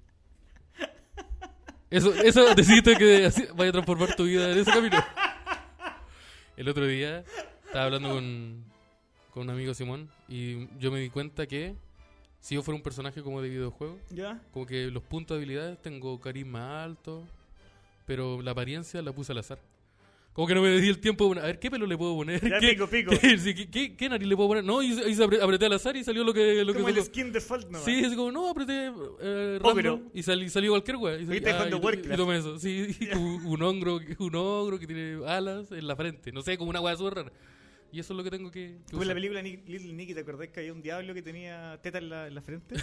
S2: Eso, eso decidiste que así vaya a transformar tu vida en ese camino. El otro día estaba hablando con, con un amigo Simón y yo me di cuenta que si yo fuera un personaje como de videojuego,
S3: ¿Ya?
S2: Como que los puntos de habilidades tengo carisma alto, pero la apariencia la puse al azar. Como que no me di el tiempo de poner- a ver qué pelo le puedo poner.
S3: Ya,
S2: ¿Qué,
S3: pico, pico.
S2: ¿qué, sí, qué- qué- qué nariz le puedo poner? No, y, y se apre- apreté al azar y salió lo que, lo que
S3: Como el
S2: salió.
S3: skin default, ¿no?
S2: Sí, es como, no, apreté eh,
S3: Oh,
S2: random
S3: pero-
S2: y salí- salió cualquier wea. Y, salí,
S3: Viste cuando
S2: y to-
S3: Warcraft.
S2: y tomé eso. Sí, y un, un ogro, un ogro que tiene alas en la frente. No sé, como una wea súper rara. Y eso es lo que tengo que. que
S3: Como en la
S2: usar.
S3: película Ni- Little Nicky, ¿te acordás que había un diablo que tenía teta en la, en la frente?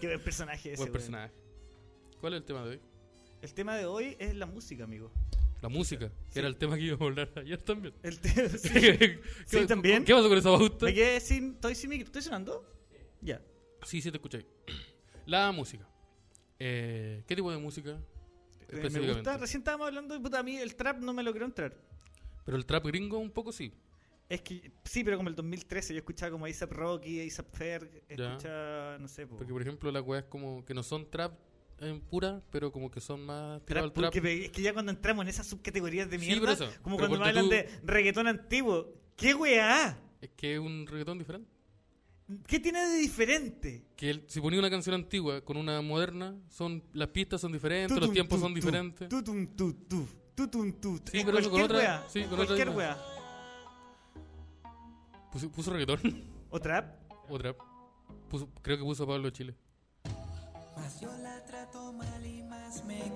S3: Qué buen personaje ese.
S2: Buen
S3: weón.
S2: personaje. ¿Cuál es el tema de hoy?
S3: El tema de hoy es la música, amigo.
S2: La música, que
S3: Sí.
S2: era el tema que íbamos a hablar ayer también.
S3: El tema. sí.
S2: ¿Qué-
S3: Sí,
S2: qué-
S3: también.
S2: ¿Qué pasó con esa pauta?
S3: Me quedé sin. Estoy sin micro. ¿Estoy sonando? Ya.
S2: Sí, sí, te escuché. La música. Eh, ¿Qué tipo de música?
S3: Eh, Me gusta.
S2: Específicamente.
S3: Recién estábamos hablando de puta. A mí el trap no me logró entrar.
S2: Pero el trap gringo, un poco sí.
S3: Es que sí, pero como el 2013 yo escuchaba como A$AP Rocky, A$AP Ferg,
S2: Ya.
S3: escuchaba, no sé, po,
S2: Porque, por ejemplo, las weas como que no son trap en pura, pero como que son más
S3: trap,
S2: tiradas al trap.
S3: porque pe- es que ya cuando entramos en esas subcategorías de
S2: Sí,
S3: mierda,
S2: por eso.
S3: como
S2: Pero
S3: cuando me
S2: ponte
S3: hablan
S2: tú-
S3: de reggaetón antiguo, ¿qué weá?
S2: Es que es un reggaetón diferente.
S3: ¿Qué tiene de diferente?
S2: Que el- si ponía una canción antigua con una moderna, son las pistas son diferentes,
S3: Tutum,
S2: los tiempos
S3: tu,
S2: son
S3: tu,
S2: diferentes.
S3: tutum, tu, tu, tutum, tu, tu.
S2: Sí,
S3: En
S2: pero eso con
S3: cualquier
S2: otra-
S3: weá,
S2: sí,
S3: en
S2: con otra
S3: cualquier
S2: misma.
S3: weá.
S2: Puso, puso reggaetón
S3: ¿O trap?
S2: o trap. Puso- creo que puso Pablo Chile.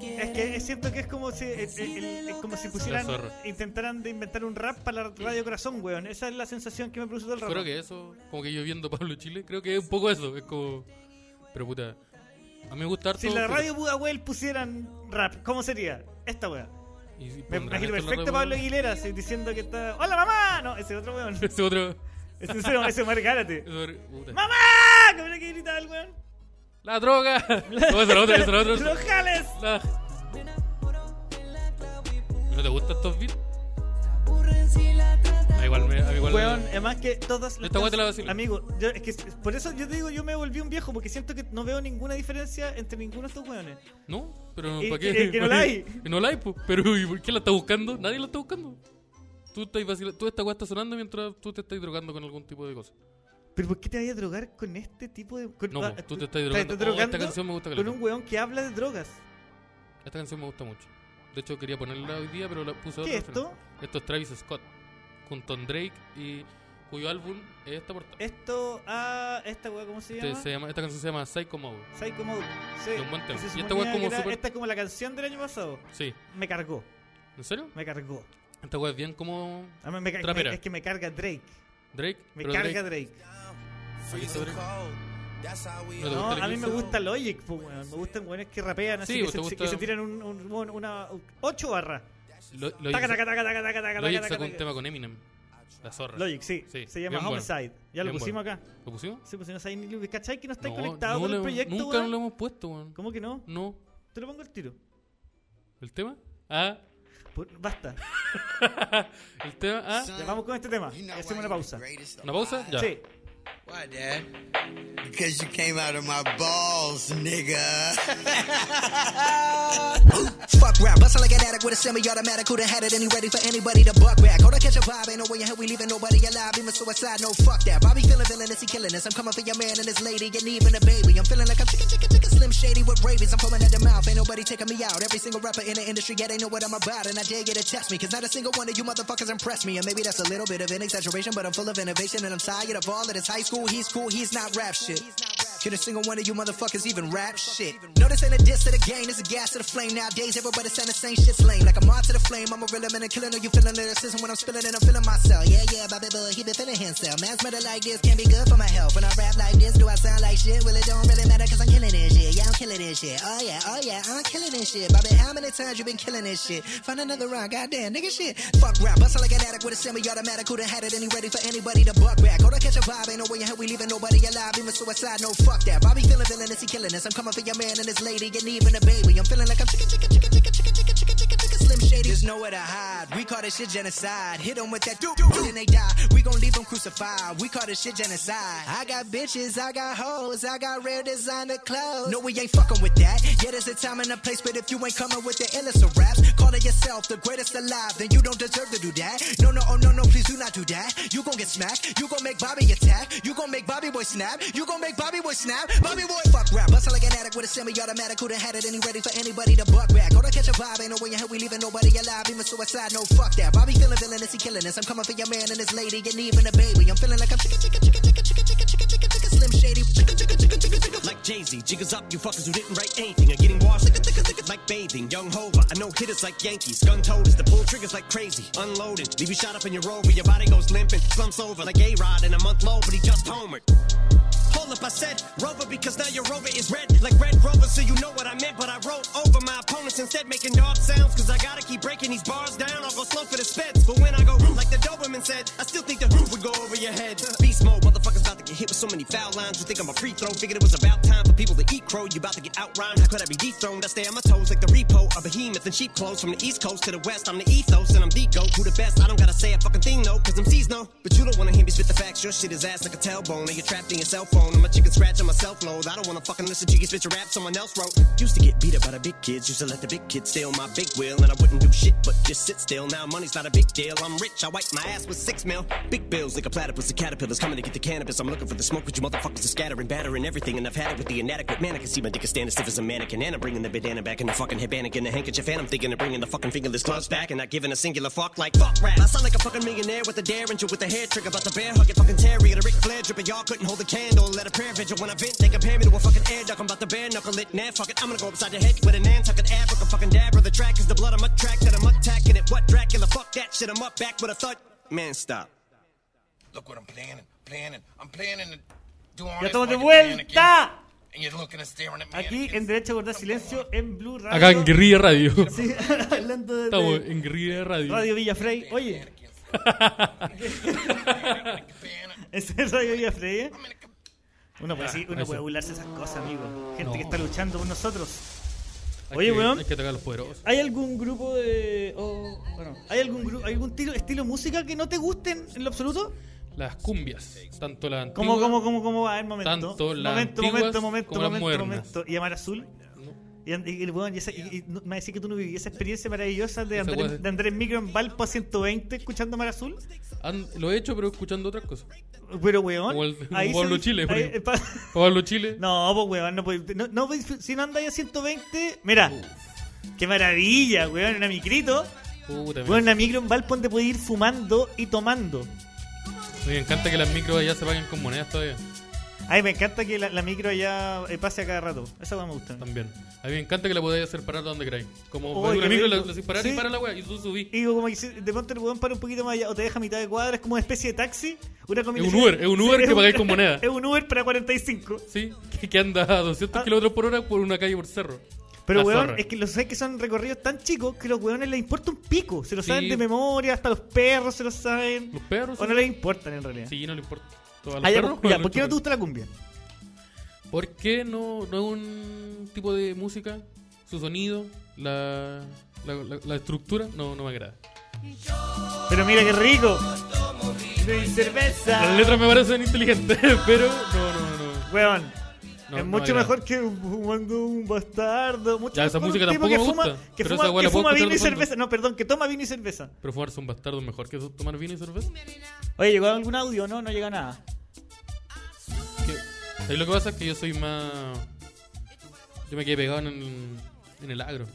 S3: Es que es- siento que es como si, eh, eh, el- eh, como si pusieran,
S2: La zorra.
S3: intentaran de inventar un rap para la radio corazón, weón. Esa es la sensación que me produce todo el rato.
S2: Creo que eso, como que yo viendo Pablo Chile, creo que es un poco eso, es como... Pero puta, a mí me gusta harto...
S3: Si en la radio Budahuel pusieran rap, ¿cómo sería? Esta weá.
S2: Y si
S3: Me
S2: pondrán
S3: imagino
S2: esto en la
S3: perfecto
S2: radio,
S3: a Pablo Aguilera así, diciendo que está. ¡Hola mamá! No, ese otro weón.
S2: Ese otro...
S3: Es sincero, ese Omar Gárate.
S2: Puta.
S3: ¡Mamá! Que mira que grita el weón.
S2: ¡La droga! No, eso era otro, eso era otro.
S3: ¡Los jales!
S2: La- ¿No te gustan estos beats? Ah, igual me. ah, Igual
S3: Weón, además que todas
S2: Esta weá te la
S3: canciones-
S2: vacilo.
S3: Amigo, yo, es que es- por eso yo te digo, yo me volví un viejo, porque siento que no veo ninguna diferencia entre ninguno de estos weones.
S2: No, pero
S3: Y
S2: ¿para
S3: que-
S2: qué?
S3: que no la hay.
S2: Que no la hay, po. Pero ¿y por qué la está buscando? Nadie la está buscando. Tú, estás vacila- tú esta weá está sonando mientras tú te estás drogando con algún tipo de cosa.
S3: ¿Pero por qué te vayas a drogar con este tipo de.? Con,
S2: No,
S3: ah,
S2: po, tú te estás drogando.
S3: estás
S2: Oh, esta canción me gusta
S3: con
S2: caleta.
S3: un weón que habla de drogas.
S2: Esta canción me gusta mucho. De hecho, quería ponerla hoy día, pero la puse
S3: ¿Qué
S2: otra
S3: es
S2: al final.
S3: esto?
S2: Esto es Travis Scott, junto a Drake, y cuyo álbum es esta portada.
S3: Esto. Ah, esta weá, ¿cómo se
S2: Este
S3: llama?
S2: se llama- esta canción se llama Psycho Mode.
S3: Psycho Mode. Sí.
S2: Es un buen tema.
S3: que se
S2: Y esta
S3: suponía
S2: weá es como
S3: que era-
S2: súper-
S3: Esta es como la canción del año pasado.
S2: Sí.
S3: Me cargó,
S2: ¿En serio?
S3: me cargó.
S2: Esta weá es bien como
S3: A mí me ca-
S2: Trapera.
S3: me- es que me carga Drake.
S2: Drake.
S3: Me
S2: pero
S3: carga
S2: Drake.
S3: Drake.
S2: ¿Te gusta Drake? ¿No te
S3: No,
S2: gusta Drake
S3: a mí me
S2: Wilson?
S3: gusta Logic, pues, weón. Me gustan weones que rapean así,
S2: Sí,
S3: que,
S2: ¿te
S3: se,
S2: gusta?
S3: que se tiran un, un- un- una. ocho barras.
S2: Lo- Logic-
S3: Taca, taca, taca, taca, taca, taca,
S2: Logic
S3: taca,
S2: sacó un
S3: taca.
S2: tema con Eminem. La zorra.
S3: Logic, sí.
S2: Sí,
S3: Se llama
S2: bien bueno.
S3: Homicide. Ya lo
S2: Bien
S3: pusimos acá.
S2: ¿Lo pusimos?
S3: Sí, pues si no sabéis ni lo ¿Cachai que no estáis
S2: No,
S3: conectados
S2: no
S3: con el
S2: lo hemos-
S3: proyecto?
S2: Nunca
S3: weón?
S2: lo hemos puesto, weón.
S3: ¿Cómo que no?
S2: No.
S3: Te lo pongo al tiro.
S2: ¿El tema? Ah.
S3: Por- Basta.
S2: ¿El tema? Ah.
S3: Ya vamos con este tema. Hacemos una pausa.
S2: ¿Una pausa? Ya.
S3: Sí.
S6: Why, Dad? Because you came out of my balls, nigga. Fuck rap, bustle like an addict with a semi-automatic. Who'da had it and he ready for anybody to buck back? Go to catch a vibe, ain't no way in hell we leaving nobody alive. Even suicide, no fuck that. Bobby feeling villainous, he killing us. I'm coming for your man and his lady and even a baby. I'm feeling like I'm chicken, chicken, chicken, slim shady with rabies. I'm foaming at the mouth, ain't nobody taking me out. Every single rapper in the industry, yeah, they know what I'm about. And I dare you to test me, cause not a single one of you motherfuckers impressed me. And maybe that's a little bit of an exaggeration, but I'm full of innovation and I'm tired of all of this high school, he's cool, he's not rap shit. Can a single one of you motherfuckers even rap shit? No, this ain't a diss to the game, this is gas to the flame. Nowadays, everybody saying the same shit's lame. Like I'm on to the flame, I'm a real man and killing. Are you feeling lyricism when I'm spilling and I'm feeling myself? Yeah, yeah, Bobby Bull, he been feeling himself. Man's murder like this can't be good for my health. When I rap like this, do I sound like shit? Well, it don't really matter cause I'm killing this shit. Yeah, I'm killing this shit. Oh yeah, oh yeah, I'm killing this shit. Bobby, how many times you been killing this shit? Find another round, goddamn, nigga shit. Fuck rap, bustle like an addict with a semi-automatic. Who'da had it and he ready for anybody to buck back? Go to catch a vibe, ain't no way in hell we leaving nobody alive. Even suicide, no fuck that. Bobby feeling villainous, he killing us. I'm coming for your man and his lady and even a baby. I'm feeling like I'm chicken, chicken, chicken, chicken, chicken, chicken, chicken, chicken, chicken, slim shady. There's nowhere to hide. We call this shit genocide. Hit 'em with that doo doo, then they die. We gon' leave 'em crucified. We call this shit genocide. I got bitches, I got hoes, I got rare designer clothes. No, we ain't fucking with that. Yeah, there's a time and a place, but if you ain't coming with the illest of raps, calling yourself the greatest alive, then you don't deserve to do that. No, no, oh no, no, please do not do that. You gon' get smacked. You gon' make Bobby attack. You gon' make Bobby boy snap. You gon' make Bobby boy snap. Bobby boy fuck rap. Bustle like an addict with a semi-automatic. Who'da had it and he ready for anybody to buck back? Go to catch a vibe. Ain't no way in hell we leaving nobody alive. Even suicide, no fuck that. Bobby feeling villainous, he killing us. I'm coming for your man and his lady and even a baby. I'm feeling like I'm chicken, chicken, chicken, chicken, chicken, chicken, chicken, chicken, chicken, slim shady. Chicken, chicken, chicken, chicken, chicken.
S7: Like Jay Z, jiggers up, you fuckers who didn't write anything are getting washed. Licka, licka, licka, Like bathing, young Hova. I know hitters like Yankees, gun toters. The pull triggers like crazy, unloading. Leave you shot up in your rover, your body goes limping. Slumps over like A Rod in a month low, but he just homered. Hold up, I said Rover because now your Rover is red, like Red Rover, so you know what I meant. But I rolled over my opponents instead, making dog sounds, cause I gotta keep breaking these bars down. I'll go slow for the speds, but when I go roof, like the Doberman said, I still think the roof would go over your head. Beast mode, motherfuckers about to get hit with so many foul lines. You think I'm a free throw, figured it was about time for people to eat crow. You about to get outrhymed, how could I be dethroned? I stay on my toes like the repo, a behemoth in sheep clothes from the east coast to the west. I'm the ethos and I'm the goat, who the best. I don't gotta say a fucking thing though, cause MCs know. But you don't wanna hear me spit the facts, your shit is ass like a tailbone. And you're trapped in your cell phone, I'm a chicken scratch on my self load. I don't wanna fucking listen to you spit your rap someone else wrote. Used to get beat up by the big kids, used to let the big kids steal my big wheel. And I wouldn't do shit but just sit still. Now money's not a big deal, I'm rich, I wipe my ass with six mil. Big bills like a platypus, the caterpillars coming to get the cannabis. I'm looking for the smoke, but you motherfuckers are scattering, battering everything. And I've had it with the inadequate man. I can see my dick is standing stiff as a mannequin. And I'm bringing the bandana back and the fucking headband and the handkerchief. And I'm thinking of bringing the fucking fingerless gloves back and not giving a singular fuck like fuck rap. I sound like a fucking millionaire with a derringer with a hair trick about the bear hugging fucking Terry and a Ric Flair dripping. Y'all couldn't hold a candle and let a prayer vigil when I vent. They compare me to a fucking air duck. I'm about to bare knuckle it. Nah, fuck it. I'm gonna go upside your head with a Nantucket Africa fucking dab. The track is the blood I'm a track that I'm attacking it. What Dracula? Fuck that shit. I'm up back with a thud. Man, stop.
S8: Look what I'm planning, planning. I'm planning to do all
S3: Ya
S8: this
S3: estamos de
S8: like a mannequin,
S3: vuelta.
S8: And you're looking and staring at
S3: Aquí
S8: mannequins.
S3: en Derecho a Guardar Silencio en Blue Radio.
S2: Acá en Guerrilla Radio.
S3: Sí, hablando de-
S2: Estamos
S3: de
S2: en Guerrilla Radio.
S3: Radio Villafrey. Oye,
S8: Mannequins. Mannequins.
S3: ¿Ese es el rayo Villa Freire? Uno puede, decir- uno
S2: eso.
S3: puede burlarse de esas cosas, amigo. Gente que
S2: No.
S3: está luchando con nosotros.
S2: Hay
S3: Oye,
S2: que-
S3: weón.
S2: Hay que atacar a los poderosos.
S3: ¿Hay algún grupo de. oh, bueno, ¿Hay algún, gru- algún tiro- estilo de música que no te guste en, en lo absoluto?
S2: Las cumbias, tanto la antigua.
S3: ¿Cómo, cómo, cómo, cómo va? A ver, momento.
S2: Tanto las
S3: momento,
S2: antiguas
S3: momento, momento,
S2: como las
S3: momento,
S2: modernas.
S3: momento. ¿Y Amar Azul? Y, and- y el weón, y esa- y- y no- me decís que tú no viví esa experiencia maravillosa de
S2: Esa
S3: andar,
S2: weá
S3: en,
S2: de-
S3: de andar en micro en Valpo a 120 escuchando Mar Azul.
S2: Han- lo he hecho, pero escuchando otras cosas.
S3: Pero weón.
S2: Como el- como
S3: ahí
S2: Pablo
S3: se-
S2: Chile, por
S3: ahí- eh,
S2: ejemplo.
S3: pa-
S2: Pablo Chile.
S3: No, pues weón, no, podéis- no, no podéis- si no andáis a 120, mira, qué maravilla, weón, una micrito.
S2: Puta,
S3: Weón, una micro en Valpo donde podéis ir fumando y tomando.
S2: Me me encanta que las micros allá se paguen con monedas todavía.
S3: Ay, me encanta que la, la micro allá eh, pase a cada rato. Esa weón me gusta.
S2: También. A mí me encanta que la podáis hacer parar donde queráis. Como
S3: Oh,
S2: veis
S3: qué
S2: una micro, la,
S3: rico.
S2: la hacéis parar
S3: Sí.
S2: y para la wea y tú subís.
S3: Y digo, como que si de pronto el weón para un poquito más allá o te deja a mitad de cuadra, es como una especie de taxi. Una combinación-
S2: un Uber, es un Uber
S3: es
S2: que pagáis con moneda.
S3: Es un Uber para 45.
S2: Sí, que, que anda a 200
S3: Ah.
S2: kilómetros por hora por una calle por cerro.
S3: Pero
S2: La
S3: weón,
S2: zorra.
S3: es que los sabes que son recorridos tan chicos que los weones les importa un pico. Se lo
S2: Sí.
S3: saben de memoria, hasta los perros se lo saben.
S2: Los perros.
S3: O no
S2: sí.
S3: les importan en realidad.
S2: Sí, no le importa. Todo a los
S3: Ah, ya,
S2: perros
S3: ya,
S2: juegan
S3: ¿Por qué no te
S2: mucho.
S3: gusta la cumbia?
S2: ¿Por qué no, no es un tipo de música? Su sonido, la, la, la- la estructura, no, no me agrada.
S3: Pero mira qué rico. De cerveza.
S2: Las letras me parecen inteligentes, pero no, no, no.
S3: Weón.
S2: No,
S3: es
S2: no
S3: mucho
S2: me agrada.
S3: mejor que fumando un bastardo. Mucho
S2: Ya, esa
S3: mejor un
S2: música
S3: tipo
S2: tampoco
S3: que
S2: me
S3: fuma,
S2: gusta,
S3: que
S2: pero
S3: fuma,
S2: esa weá
S3: que
S2: la puedo
S3: fuma
S2: escuchar
S3: vino
S2: de
S3: y
S2: fondo.
S3: cerveza. No, perdón, que toma vino y cerveza.
S2: Pero fumarse un bastardo es mejor que tomar vino y cerveza.
S3: Oye, ¿llegó algún audio? No, no llega nada.
S2: Que- ¿Sabes lo que pasa? Es que yo soy más. Yo me quedé pegado en el, en el agro.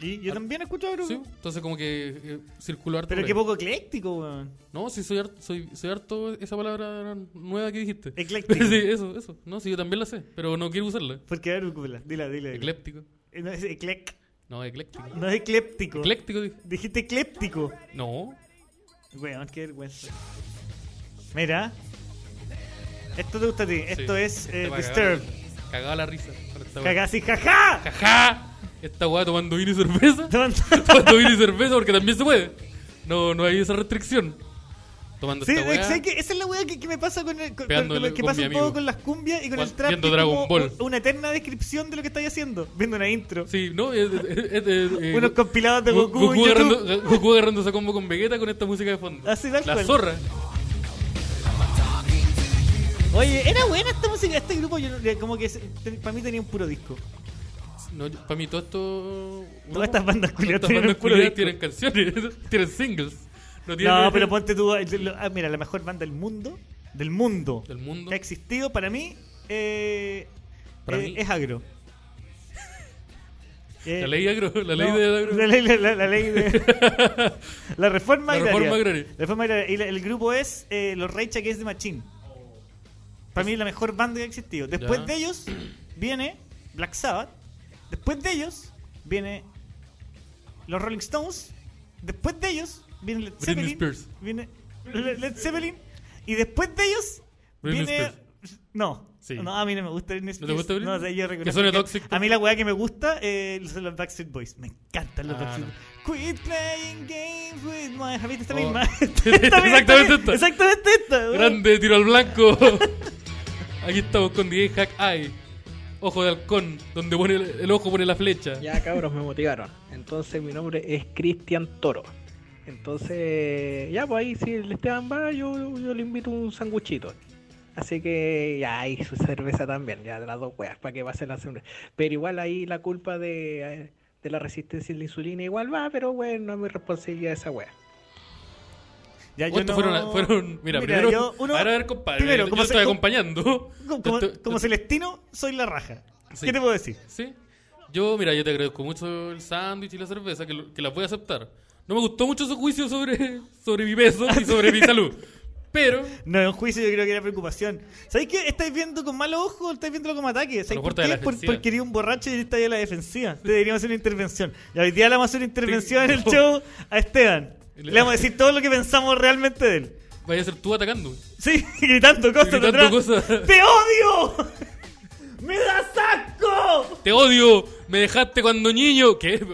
S3: Y yo también escucho agro.
S2: Sí, entonces como que eh, circulo harto.
S3: Pero
S2: por
S3: qué
S2: ahí.
S3: poco ecléctico, weón.
S2: No, sí, soy harto, soy, soy harto esa palabra nueva que dijiste.
S3: Ecléctico.
S2: sí, eso, eso. No, sí, yo también la sé, pero no quiero usarla.
S3: Porque, a ver, Cúpula, dila, dila. dila.
S2: Ecléptico.
S3: Eh, No, es eclec.
S2: No, ecléctico.
S3: No es ecléptico.
S2: Ecléctico dije.
S3: Dijiste ecléptico.
S2: No.
S3: Weón, qué vergüenza. Mira. Esto te gusta a ti. Esto
S2: Sí,
S3: es eh,
S2: este va a cagar.
S3: Disturbed.
S2: Cagaba la risa. con esta weá.
S3: Cagá así, jaja.
S2: Jaja. Esta weá tomando vino y cerveza.
S3: Tonto.
S2: tomando vino y cerveza porque también se puede. No, no hay esa restricción. Tomando
S3: Sí,
S2: esta weá.
S3: sé que esa es la weá que, que me pasa con, el, con- con- con
S2: Pegándole
S3: lo que
S2: con
S3: pasa
S2: mi
S3: un poco
S2: amigo.
S3: con las cumbias y con el
S2: Cuando-
S3: trap.
S2: viendo
S3: que es
S2: Dragon
S3: como
S2: Ball.
S3: u- Una eterna descripción de lo que estáis haciendo. Viendo una intro.
S2: Sí, no, es, es- es- es- eh,
S3: Unos compilados de
S2: Gu-
S3: Goku. en YouTube.
S2: agarrando, Goku agarrando esa combo con Vegeta con esta música de fondo.
S3: Así, tal
S2: la
S3: cual.
S2: zorra.
S3: Oye, era buena esta música. Este grupo, yo, no- como que para mí tenía un puro disco.
S2: para mí todo esto... uh,
S3: Todas estas bandas culiadas
S2: Estas
S3: tienen
S2: bandas
S3: un puro
S2: culiadas
S3: disco.
S2: tienen canciones, tienen singles. No, tienen-
S3: No, pero ponte tú. ah, mira, la mejor banda del mundo. Del mundo.
S2: Del mundo.
S3: Que ha existido para mí. eh,
S2: Para
S3: eh,
S2: mí.
S3: Es agro. Eh,
S2: La ley agro, la ley
S3: no,
S2: de agro.
S3: La ley, la, la- la ley de. la reforma
S2: La
S3: agraria.
S2: reforma agraria.
S3: La reforma agraria. Y la- el grupo es eh, Los Rage Against the Machine. Para mí es la mejor banda que ha existido. Después
S2: Ya.
S3: de ellos viene Black Sabbath. Después de ellos viene los Rolling Stones. Después de ellos viene Led
S2: Britney
S3: Zeppelin.
S2: Spears.
S3: Viene Le- Led Zeppelin. Y después de ellos
S2: Britney
S3: viene. No.
S2: Sí.
S3: No, a mí no me gusta Britney
S2: te
S3: Spears.
S2: gusta Britney?
S3: o sea, yo reconozco
S2: Que suene Toxic.
S3: A mí la weá que me gusta eh, son los Backstreet Boys. Me encantan los
S2: Ah,
S3: Backstreet
S2: no.
S3: Boys. Quit playing games with my heart. Esta
S2: Oh.
S3: misma.
S2: Exactamente esta.
S3: Exactamente esta. weón.
S2: Grande, tiro al blanco. Aquí estamos con DJ Hack Eye. Ojo de halcón, donde pone el, el ojo pone la flecha.
S5: Ya cabros me motivaron. Entonces mi nombre es Cristian Toro. Entonces, ya pues ahí si el Esteban va, yo, yo le invito un sanguchito. Así que ya ahí su cerveza también, ya de las dos weas, para que pase la sangre. Pero igual ahí la culpa de, eh, de la resistencia a la insulina igual va, pero bueno, no es mi responsabilidad esa wea.
S3: Ya, yo
S2: ¿Cuántos
S3: no-
S2: fueron, a- fueron?
S3: Mira,
S2: Mira, primero.
S3: yo- uno-
S2: a ver, a ver, compadre.
S3: primero,
S2: yo
S3: como se-
S2: estoy
S3: como-
S2: acompañando.
S3: Como, como-
S2: Yo estoy-
S3: como Celestino, soy la raja.
S2: Sí.
S3: ¿Qué te puedo decir?
S2: Sí. Yo, mira, yo te agradezco mucho el sándwich y la cerveza, que, lo- que la voy a aceptar. No me gustó mucho su juicio sobre, sobre mi peso y sobre mi salud. Pero,
S3: No, en juicio yo creo que era preocupación. ¿Sabéis qué? Estáis viendo con malos ojos, estáis viéndolo como ataque.
S2: A lo
S3: ¿Sabéis
S2: mejor
S3: por
S2: está de
S3: qué?
S2: la
S3: Por-
S2: defensiva.
S3: porque eres un borracho y estáis a la defensiva. Te deberíamos hacer una intervención. Y hoy día le vamos a hacer una intervención en el
S2: no.
S3: show a Esteban.
S2: Le-
S3: Le vamos a decir todo lo que pensamos realmente de él.
S2: vaya a ser tú atacando.
S3: Sí, gritando cosas
S2: Gritando
S3: atrás.
S2: cosas.
S3: ¡Te odio! ¡Me das asco!
S2: ¡Te odio! ¡Me dejaste cuando niño! ¿Qué?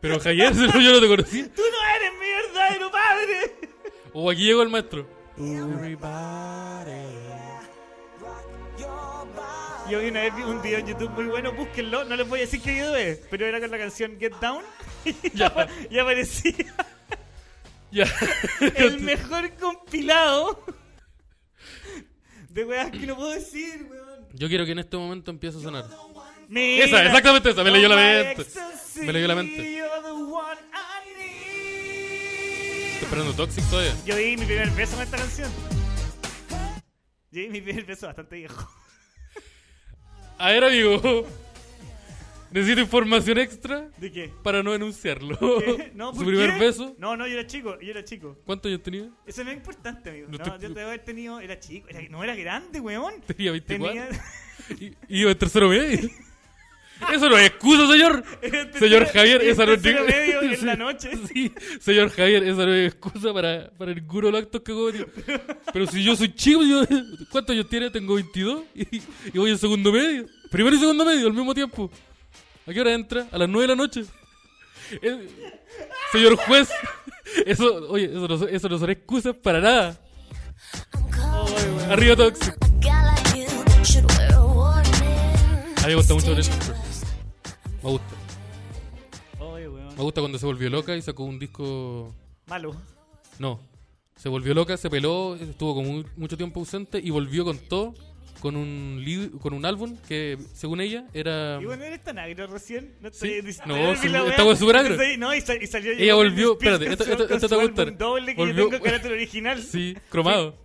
S2: Pero Javier, si no, yo no te conocí.
S3: ¡Tú no eres mi verdadero padre!
S2: O aquí llegó el maestro.
S3: Yo vi una vez vi un video en YouTube muy bueno, búsquenlo, no les voy a decir qué video es, pero era con la canción Get Down
S2: Ya.
S3: y aparecía
S2: Ya.
S3: el mejor compilado de weas que no puedo decir, weón.
S2: Yo quiero que en este momento empiece a sonar.
S3: Mira, oh
S2: Esa, exactamente esa, me leyó la
S3: my
S2: mente.
S3: ecstasy,
S2: Me leyó la mente.
S3: you're the one I need.
S2: Estoy esperando Toxic todavía.
S3: Yo di mi primer beso con esta canción. Yo di mi primer beso bastante viejo.
S2: A ver, amigo. Necesito información extra
S3: ¿De qué?
S2: para no enunciarlo.
S3: ¿Qué? No,
S2: Su
S3: ¿por
S2: primer
S3: qué?
S2: beso.
S3: No, no, yo era chico, yo era chico.
S2: ¿Cuántos años tenía?
S3: Eso no es importante, amigo.
S2: No
S3: No,
S2: estoy-
S3: yo te debo haber tenido. Era chico, era- no era grande, weón.
S2: Tenía 24.
S3: Tenía.
S2: Y y iba en tercero medio. Eso no es excusa, señor.
S3: Era en
S2: Señor
S3: tercero-
S2: Javier,
S3: era en
S2: esa no es
S3: Este tercero
S2: ninguna-
S3: medio en
S2: Sí,
S3: la noche.
S2: Sí, señor Javier, esa no es excusa para, para ninguno de los actos que cometió. Pero si yo soy chico, yo, ¿cuántos años tiene? Tengo 22 y, y voy en segundo medio. Primero y segundo medio al mismo tiempo. ¿A qué hora entra? A las 9 de la noche. Eh, señor juez, eso, oye, eso no, son- eso no son excusas para nada. Arriba Toxic. A mí me gusta mucho Britney Spears. Me gusta.
S3: Oye, weón.
S2: Me gusta cuando se volvió loca y sacó un disco.
S3: Malo.
S2: No. Se volvió loca, se peló, estuvo como mu- mucho tiempo ausente y volvió con todo. Con un, li- con un álbum que, según ella, era.
S3: Y bueno, eres tan agro recién. No,
S2: Sí.
S3: estoy-
S2: No,
S3: estoy-
S2: sí,
S3: la weá.
S2: estaba súper agro.
S3: Sí, No, y, sal- y salió
S2: Ella volvió- espérate, esto- esto- esto te va a gustar.
S3: doble que
S2: Volvió-
S3: yo tengo carácter original.
S2: Sí, cromado.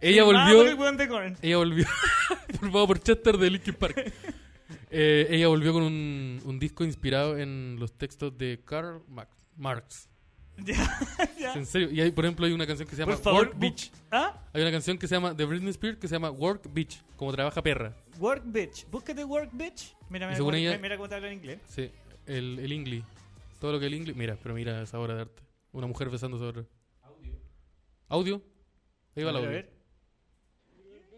S2: Ella
S3: Firmado por el
S2: volvió.
S3: weón de Korn.
S2: Ella volvió. formado por Chester de Linkin Park. Eh, ella volvió con un, un disco inspirado en los textos de Karl Marx. Marx.
S3: Ya, ya.
S2: En serio. Y hay, por ejemplo, hay una canción que se llama
S3: Por favor,
S2: Work
S3: bu-
S2: Beach.
S3: ¿Ah?
S2: Hay una canción que se llama de Britney Spears que se llama Work Bitch, como trabaja perra.
S3: Work Bitch. Búscate Work Bitch. Mira, mira,
S2: según
S3: cómo-
S2: ella-
S3: mira cómo te habla en inglés.
S2: Sí, el, el ingli. Todo lo que el ingli. Mira, pero mira esa obra de arte. Una mujer besando sobre otra. Audio. Audio. Ahí va el
S3: A ver,
S2: audio.
S3: a ver.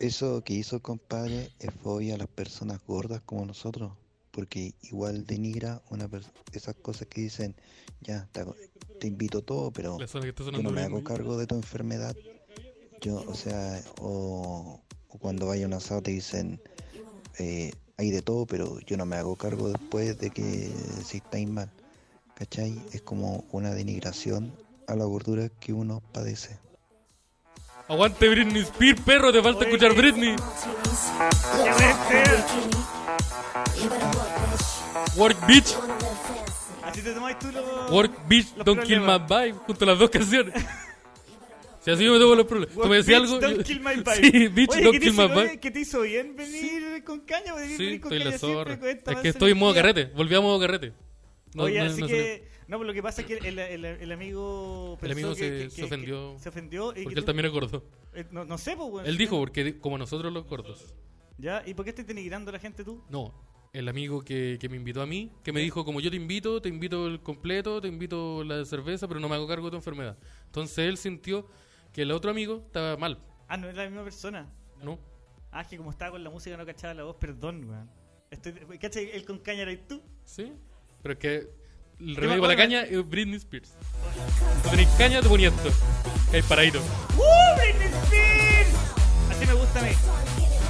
S4: Eso que hizo el compadre es fobia a las personas gordas como nosotros, porque igual denigra una pers- esas cosas que dicen, ya, te, hago- te invito todo, pero
S2: La zona que está
S4: yo
S2: sonando
S4: no me
S2: bien.
S4: hago cargo de tu enfermedad. Yo, o sea, o, o cuando vaya a un asado te dicen, eh, hay de todo, pero yo no me hago cargo después de que si estáis mal. ¿Cachai? Es como una denigración a la gordura que uno padece.
S2: Aguante Britney Spears, perro, te falta
S3: Oye,
S2: escuchar
S3: que-
S2: Britney.
S3: Ya ves, eh.
S2: Work Bitch,
S3: Así te tomáis tú los.
S2: Work Bitch,
S3: Los
S2: Don't Kill My
S3: problemas.
S2: Vibe, junto a las dos canciones. Si así yo me tomo los problemas. Tú
S3: Work,
S2: me decías
S3: bitch,
S2: algo.
S3: Don't
S2: yo-
S3: kill my vibe.
S2: Sí, Bitch,
S3: Oye,
S2: Don't
S3: ¿qué te
S2: Kill My
S3: hizo- oye,
S2: Vibe.
S3: ¿Qué te hizo bien venir con caña? Venir
S2: Sí,
S3: con
S2: estoy
S3: caña siempre
S2: la zorra.
S3: con esta
S2: Es que
S3: manzana
S2: estoy en modo
S3: energía.
S2: carrete, volví a modo carrete. No,
S3: Oye,
S2: no,
S3: así
S2: no salió.
S3: que. No, pero lo que pasa es que el, el- el amigo. pensó
S2: amigo
S3: que-
S2: se-
S3: que- que-
S2: se
S3: que
S2: ofendió.
S3: Se ofendió. y que
S2: Porque él
S3: tú-
S2: también es gordo.
S3: eh, no, no sé, pues, weón.
S2: Él dijo, porque di- como nosotros los gordos.
S3: ¿Ya? ¿Y por qué estás denigrando a la gente tú?
S2: No, el amigo que, que me invitó a mí, que me dijo, como yo te invito, te invito el completo, te invito la cerveza, pero no me hago cargo de tu enfermedad. Entonces él sintió que el otro amigo estaba mal,
S3: Ah, no es la misma persona.
S2: ¿no?
S3: Ah, es que como estaba con la música no cachaba la voz, perdón, weón. Estoy, ¿Cachai? Él con caña eres tú.
S2: ¿Sí? Pero es que el
S3: me
S2: remedio para la
S3: acuerdo.
S2: caña es Britney Spears. Tú tenés caña, te ponía esto. Que hay paradito.
S3: ¡Uh, Britney Spears! Así me gusta a mí.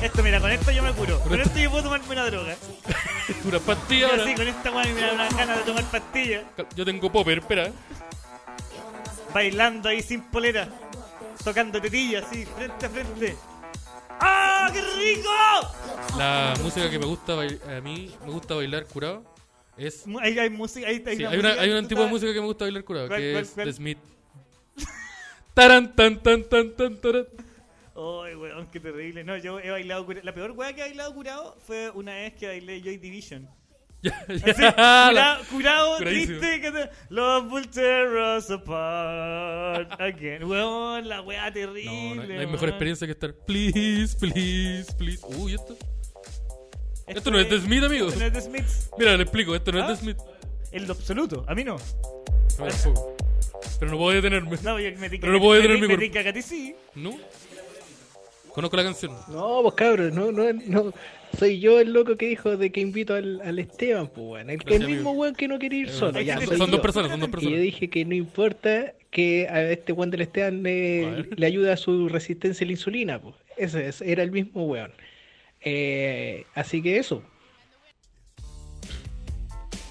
S3: Esto, mira, con esto yo me curo. Con esto yo puedo tomarme una droga.
S2: Una pastilla
S3: Yo
S2: ahora.
S3: sí, con esta weón me da una ganas de tomar pastillas.
S2: Cal- Yo tengo popper, espera.
S3: Bailando ahí sin polera. Tocando tetillas así, frente a frente. ¡Ah, qué rico!
S2: La música que me gusta bail- a mí, me gusta bailar curado, es...
S3: Mu- Hay, hay música, hay, hay
S2: Sí,
S3: una
S2: hay, una,
S3: música
S2: hay
S3: que
S2: un
S3: tú
S2: tipo de
S3: sabes-
S2: música que me gusta bailar curado,
S3: ¿Cuál,
S2: que
S3: cuál,
S2: es
S3: cuál?
S2: The Smith. Taran, tan, tan, tan, tan, taran.
S3: Ay, weón, qué terrible. No, yo he bailado curado. La peor weá que he bailado curado fue una vez que bailé Joy Division.
S2: Ya, ya,
S3: Así,
S2: la-
S3: curado, curado
S2: Curadísimo.
S3: triste. Que te... Love will tear us apart again. Weón, la weá terrible.
S2: No, no, hay- no hay
S3: weón.
S2: mejor experiencia que estar. Please, please, please. Uy, esto.
S3: Esto,
S2: esto no es The Smith, amigo.
S3: Esto no es The Smiths.
S2: Mira, le explico, esto no
S3: ¿Ah?
S2: es The Smith.
S3: En lo absoluto, a mí no.
S2: No, tampoco. Pero no puedo detenerme.
S3: No, yo me tinca
S2: Pero no puedo
S3: me-
S2: detener mi
S3: me
S2: cuerpo.
S3: tinca que a ti sí.
S2: ¿No? Conozco la canción.
S5: No, pues cabros, no, no, no. Soy yo el loco que dijo de que invito al, al Esteban, pues weón. El,
S2: Gracias,
S5: el mismo
S2: amigo. Eh,
S5: weón que no quiere ir solo. Ya,
S2: son
S5: soy
S2: son dos
S5: yo.
S2: personas, son dos
S5: Y yo
S2: personas.
S5: dije que no importa que a este Juan del Esteban le,
S2: ¿Cuál?
S5: le ayude a su resistencia a la insulina, pues. Ese es- era el mismo weón. Eh, así que eso.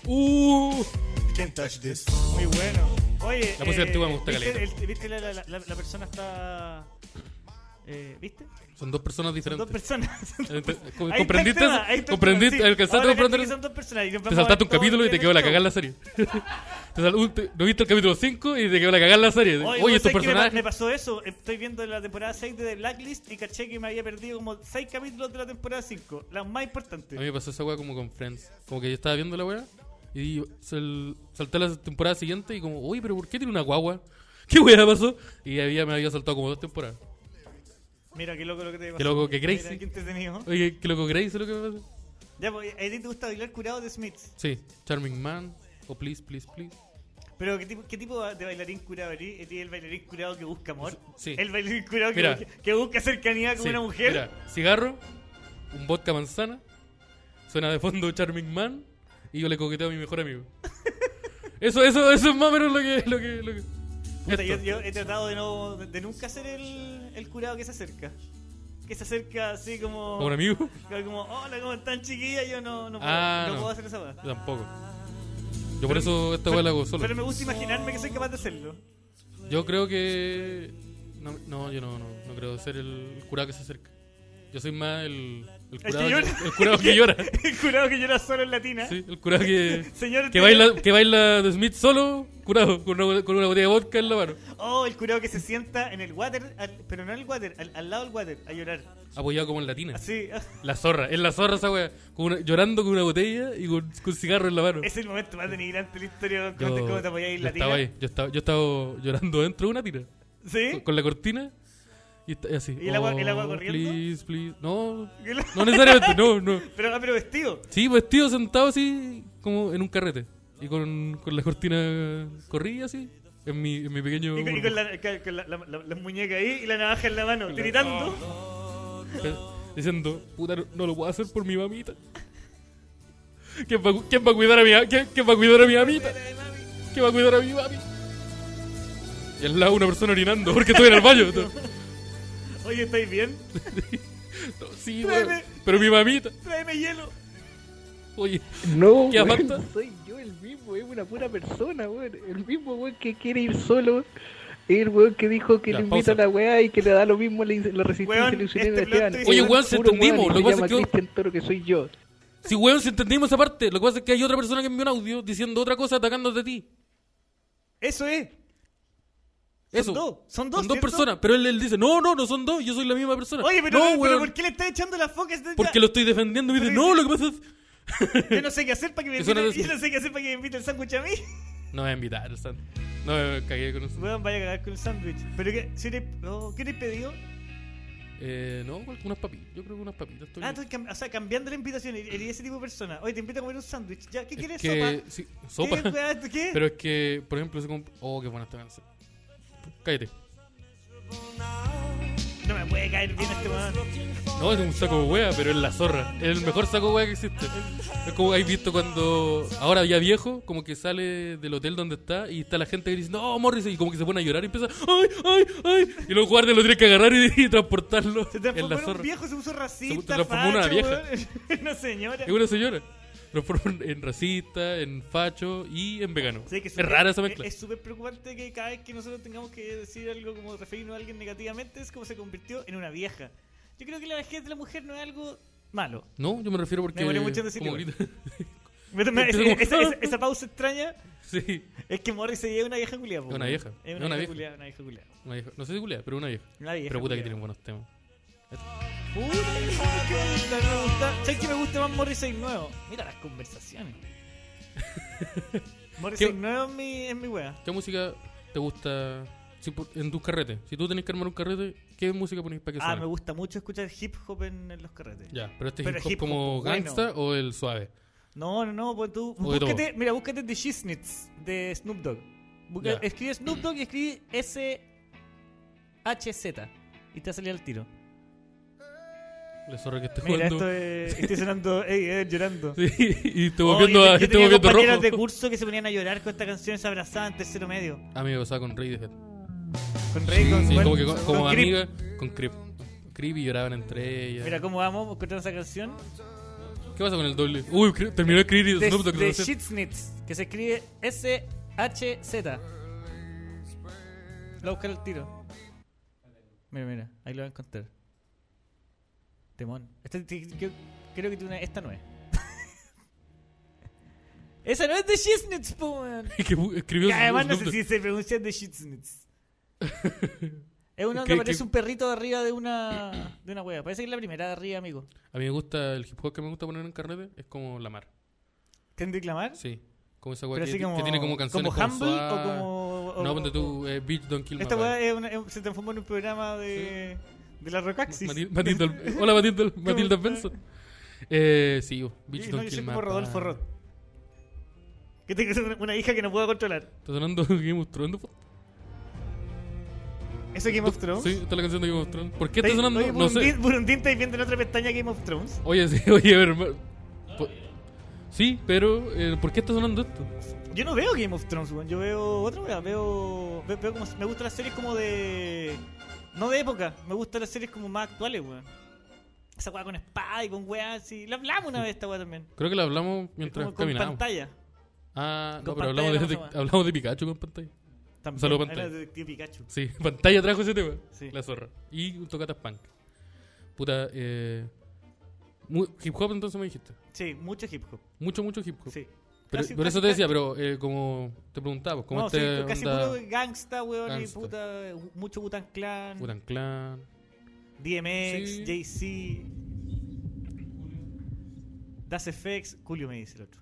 S2: Uh,
S3: Muy bueno. Oye, eh,
S2: La música antigua me gusta
S3: ¿viste,
S2: caleta.
S3: el- viste la, la, la, la persona está. Eh, ¿Viste?
S2: son dos personas
S3: Son dos
S2: diferentes.
S3: personas. Son dos
S2: Ente-
S3: personas.
S2: co-
S3: Ahí está el
S2: Eh, ¿Comprendiste?
S3: tema, ahí está el tema,
S2: ¿Comprendiste?
S3: sí.
S2: ¿Alcanzaste a
S3: Ahora
S2: comprender?
S3: entendí que son dos personas y nos
S2: Te
S3: vamos a
S2: saltaste
S3: ver
S2: un capítulo y
S3: todo
S2: te quedó
S3: bien
S2: la
S3: el
S2: cagada
S3: show.
S2: la serie. Te sal- un- te- No viste el capítulo 5 y te quedó la cagada la serie.
S3: Oye,
S2: Oye,
S3: vos sabés
S2: estos
S3: que me pa-
S2: personajes.
S3: Me pasó eso. Estoy viendo la temporada 6 de The Blacklist y caché que me había perdido como 6 capítulos de la temporada 5. Las más
S2: A
S3: importantes.
S2: mí me pasó esa weá como con Friends. Como que yo estaba viendo la weá y sal- salté a la temporada siguiente y como, uy, pero ¿por qué tiene una guagua? ¿Qué weá pasó? Y había, me había saltado como dos temporadas.
S3: Mira, qué loco lo que te pasó.
S2: loco, qué crazy.
S3: Mira, qué entretenido.
S2: Oye, que loco Grace, lo que me pasa.
S3: Ya, pues, ¿a ti te gusta bailar curado de Smiths?
S2: Sí, Charming Man. O Please, Please, Please.
S3: Pero ¿qué tipo, qué tipo de bailarín curado eres? ¿Eres el bailarín curado que busca amor?
S2: Sí.
S3: El bailarín curado que,
S2: Mira.
S3: busca- que busca cercanía con
S2: Sí,
S3: una mujer.
S2: Mira, cigarro, un vodka manzana, suena de fondo Charming Man y yo le coqueteo a mi mejor amigo. eso, eso, eso es más o menos lo que. Lo que, lo que-
S3: Puta, yo,
S2: Esto.
S3: yo he tratado de no de nunca ser el, el curado que se acerca. Que se acerca así como.
S2: ¿A un amigo?
S3: Como, hola, ¿cómo están chiquillas? Yo no, no, puedo,
S2: Ah,
S3: no
S2: no.
S3: puedo hacer esa weá.
S2: Yo tampoco. Yo por eso esta weá la hago solo.
S3: Pero me gusta imaginarme que soy capaz de hacerlo.
S2: Yo creo que. No, no, yo no, no, no creo ser el curado que se acerca. Yo soy más el, el
S3: que
S2: curado,
S3: llora.
S2: el curado que llora.
S3: El curado que llora solo en latina.
S2: Sí, el curado que,
S3: Señor,
S2: que,
S3: tiene-
S2: baila, que baila de Smith solo, curado, con una, con una botella de vodka en la mano.
S3: Oh, el curado que se sienta en el water, al- pero no en el water, al, al lado del water, a llorar.
S2: Apoyado como en latina.
S3: Así.
S2: La zorra, es la zorra esa wea. Con una- llorando con una botella y con, con cigarro en la mano.
S3: Es el momento más denigrante de la historia. ¿Cómo te- cómo te apoyáis en
S2: yo
S3: latina?
S2: estaba ahí, yo estaba, yo estaba llorando dentro de una tira. Con,
S3: ¿Sí?
S2: con la cortina y, está- y así. Oh,
S3: ¿Y el agua- el agua corriendo?
S2: Please, please. No, no necesariamente, no, no.
S3: Pero, ah, pero vestido.
S2: Sí, vestido sentado así, como en un carrete. Y con, con la cortina corrida así, en mi, en mi pequeño.
S3: Y con, y con la, ca- con la- la- la- las muñecas ahí y la navaja en la mano, tiritando.
S2: Pe- Diciendo, puta, no, no lo puedo hacer por mi mamita. ¿Quién va, a cu- quién va a cuidar a mi, a- quién, quién va a cuidar a mi mamita? ¿Quién va a cuidar a mi mami? Y al lado una persona orinando porque estoy en el baño. No,
S3: Oye, ¿estáis bien?
S2: no, sí,
S3: Tráeme.
S2: weón, pero mi mamita.
S3: Tráeme hielo.
S2: Oye,
S5: No,
S2: ¿Qué,
S5: weón,
S2: Amanda?
S5: soy yo el mismo, es una pura persona, weón. El mismo weón que quiere ir solo. El weón que dijo que
S2: Ya,
S5: le invita
S2: pausa.
S5: a la weá y que le da lo mismo la, in- la resistencia
S3: Weón,
S5: a la insulina
S3: este
S5: de
S3: plot
S5: Esteban.
S3: twist-
S5: Ese
S2: Oye,
S5: weón
S2: weón,
S5: es
S2: si
S5: puro
S2: entendimos,
S5: weón y
S2: lo que
S5: se
S2: pasa es
S5: llama
S2: que-
S5: Cristian Toro, que soy yo.
S2: si weón, si entendimos esa parte, lo que pasa es que hay otra persona que envió un audio diciendo otra cosa atacándote a ti.
S3: Eso es.
S2: Eso.
S3: Son dos, son dos,
S2: Son dos
S3: ¿cierto?
S2: personas. Pero él, él dice, no, no, no son dos, yo soy la misma persona.
S3: Oye, pero,
S2: no,
S3: pero
S2: weón,
S3: ¿por qué le estás echando la foca?
S2: Porque lo estoy defendiendo. Y me dice,
S3: Pero-
S2: no, lo que pasa es.
S3: Yo no sé qué hacer para que me
S2: Eso no
S3: invite,
S2: es-
S3: yo no sé qué hacer para que me invite el sándwich a mí.
S2: No me va a invitar, el San. No me cagué con eso.
S3: Weón, vaya a cagar con el sándwich. Pero que, si eres, oh, ¿qué te he pedido?
S2: Eh, no, cual- unas papitas. Yo creo que unas papitas. estoy
S3: Ah,
S2: bien.
S3: estoy cam- o sea, cambiando la invitación. Eres ese tipo de persona. Oye, te invito a comer un sándwich. Ya, ¿qué
S2: Es
S3: quieres?
S2: que,
S3: ¿Sopa?
S2: sí, sopa.
S3: ¿Qué? weá, ¿Qué?
S2: Pero es que, por ejemplo, se comp- Oh, qué buena esta canción. Cállate.
S3: No me puede caer bien este weón.
S2: No, es un saco de wea, pero es la zorra. Es el mejor saco de wea que existe. Es como habéis visto cuando, ahora ya viejo, como que sale del hotel donde está y está la gente diciendo, oh, Morrissey, y como que se pone a llorar y empieza, ay, ay, ay. Y los guardias lo tienen que agarrar y, y transportarlo.
S3: Se
S2: en
S3: transformó
S2: la
S3: en un
S2: zorra.
S3: viejo, se puso racista.
S2: Se transformó en una
S3: facho,
S2: vieja.
S3: weón. una señora.
S2: Es una señora. Transforman en racista, en facho y en vegano.
S3: Sí, que
S2: es
S3: súper-
S2: rara esa mezcla.
S3: Es es súper preocupante que cada vez que nosotros tengamos que decir algo como referirnos a alguien negativamente, es como se convirtió en una vieja. Yo creo que la vejez de la mujer no es algo malo.
S2: No, yo me refiero porque.
S3: demoré mucho en decirlo,
S2: como
S3: igual.
S2: grita.
S3: Me- me-
S2: Empieza
S3: esa-
S2: como-
S3: esa, esa- esa pausa extraña
S2: sí,
S3: es que Morrissey es una vieja culiada.
S2: Es una vieja,
S3: Es
S2: es
S3: una,
S2: una
S3: vieja
S2: vieja.
S3: culiada, una vieja culiada.
S2: una vieja. No sé si culea, pero una vieja.
S3: Una vieja
S2: pero puta
S3: culiada.
S2: que tienen buenos temas.
S3: Uy, qué me gusta, me gusta. ¿Sabes qué me gusta más Morrissey nuevo? Mira las conversaciones. Morrissey
S2: ¿Qué-
S3: nuevo es mi, es mi wea.
S2: ¿Qué música te gusta si por- en tus carretes? Si tú tenés que armar un carrete, ¿qué música ponés para que
S3: Ah,
S2: suene?
S3: me gusta mucho escuchar hip hop en, en los carretes.
S2: Ya, pero este
S3: Pero
S2: es hip hop
S3: hip hop,
S2: como
S3: bueno.
S2: gangsta o el suave.
S3: No, no, no, pues tú.
S2: O de todo.
S3: Búscate, mira, búscate The Shiznits de Snoop Dogg. Busca-
S2: Ya.
S3: Escribe Snoop Dogg y escribe S-H-Z. Y te va a salir al tiro.
S2: La zorra que esté
S3: Mira,
S2: jugando.
S3: esto es, estoy sonando, ey, eh, llorando.
S2: Sí, y estoy
S3: Oh,
S2: volviendo
S3: yo,
S2: a.
S3: yo
S2: Estoy
S3: tenía
S2: volviendo
S3: compañeros
S2: rojo.
S3: de curso que se ponían a llorar con esta canción, se abrazaban en tercero medio.
S2: Ah, me pasaba con Radiohead.
S3: Con Rey, con,
S2: Sí,
S3: con-
S2: como que con-
S3: con
S2: como
S3: Creep.
S2: amiga, con Creep. Creep y lloraban entre ellas.
S3: Mira cómo vamos escuchando esa canción.
S2: ¿Qué pasa con el doble? Uy, cre- terminó de escribir y
S3: De,
S2: Snoop Dogg lo
S3: de
S2: hace.
S3: Shitsnits, que se escribe S-H-Z. Lo buscar el tiro. Mira, mira, ahí lo voy a encontrar. Temón. Este- ti- creo- creo que tiene, esta no es. Esa no es de Shitsnits, po, weón.
S2: Que bu- escribió
S3: Que Además, no
S2: Snoop
S3: sé
S2: Dogg.
S3: si se pronuncia de Shitsnits. Es uno
S2: ¿Qué-
S3: que parece
S2: qué?
S3: un perrito de arriba de una, de una wea. Parece que es la primera de arriba, amigo.
S2: A mí me gusta el hip hop que me gusta poner en carrete. Es como La Mar.
S3: ¿Kendrick Lamar?
S2: Sí. Como esa weá
S3: Pero
S2: que,
S3: así
S2: que tiene como canciones
S3: como Humble
S2: suave.
S3: o como. o-
S2: No, ponte
S3: o-
S2: tú, eh, Bitch Don't Kill My
S3: Esta weá
S2: Vibe.
S3: es una- es- se transformó en un programa de, de la Rocaxis.
S2: Mati- Matilda- eh, Hola Matilda, Matilda Benson. Eh, sí, yo, Bitch
S3: Sí, no,
S2: Don't
S3: yo
S2: Kill
S3: soy
S2: My
S3: como Rodolfo
S2: Vibe.
S3: Roth. Que tengo una, una hija que no puedo controlar.
S2: Está sonando Game of Thrones. po.
S3: ¿Eso es Game of Thrones?
S2: Sí, esta es la canción de Game of Thrones. ¿Por qué está
S3: Estáis-
S2: sonando?
S3: Oye,
S2: No sé.
S3: Burundín, Burundín estáis viendo en otra pestaña Game of Thrones.
S2: Oye, sí, oye, hermano. Po- Sí, pero eh, ¿por qué está sonando esto?
S3: Yo no veo Game of Thrones, weón. Yo veo otra weá. Veo, ve- veo como, me gustan las series como de. No de época. Me gustan las series como más actuales, weón. Esa weá con espada y con weá así. La hablamos una vez esta weá también.
S2: Creo que la hablamos mientras
S3: Como con
S2: caminábamos.
S3: pantalla.
S2: Ah, no,
S3: Con
S2: pero
S3: pantalla
S2: hablamos de,
S3: la pasamos.
S2: de- hablamos de Pikachu con pantalla.
S3: También.
S2: Saludo,
S3: Era
S2: pantalla.
S3: Detective Pikachu.
S2: Sí, pantalla trajo ese tema.
S3: Sí.
S2: La zorra. Y un tocatas punk. Puta, eh. mu- hip hop entonces me dijiste.
S3: Sí, mucho hip hop.
S2: Mucho, mucho hip hop.
S3: Sí.
S2: Pero,
S3: Casi-
S2: por eso
S3: casi-
S2: te decía, pero eh, como te preguntaba, pues, ¿cómo
S3: no,
S2: este
S3: sí, casi
S2: onda
S3: puro gangsta, weón,
S2: Gangsta.
S3: y puta, mucho Butan Clan,
S2: Wu-Tang Clan?
S3: DMX,
S2: Sí.
S3: Jay-Z, Das FX, Julio me dice el otro.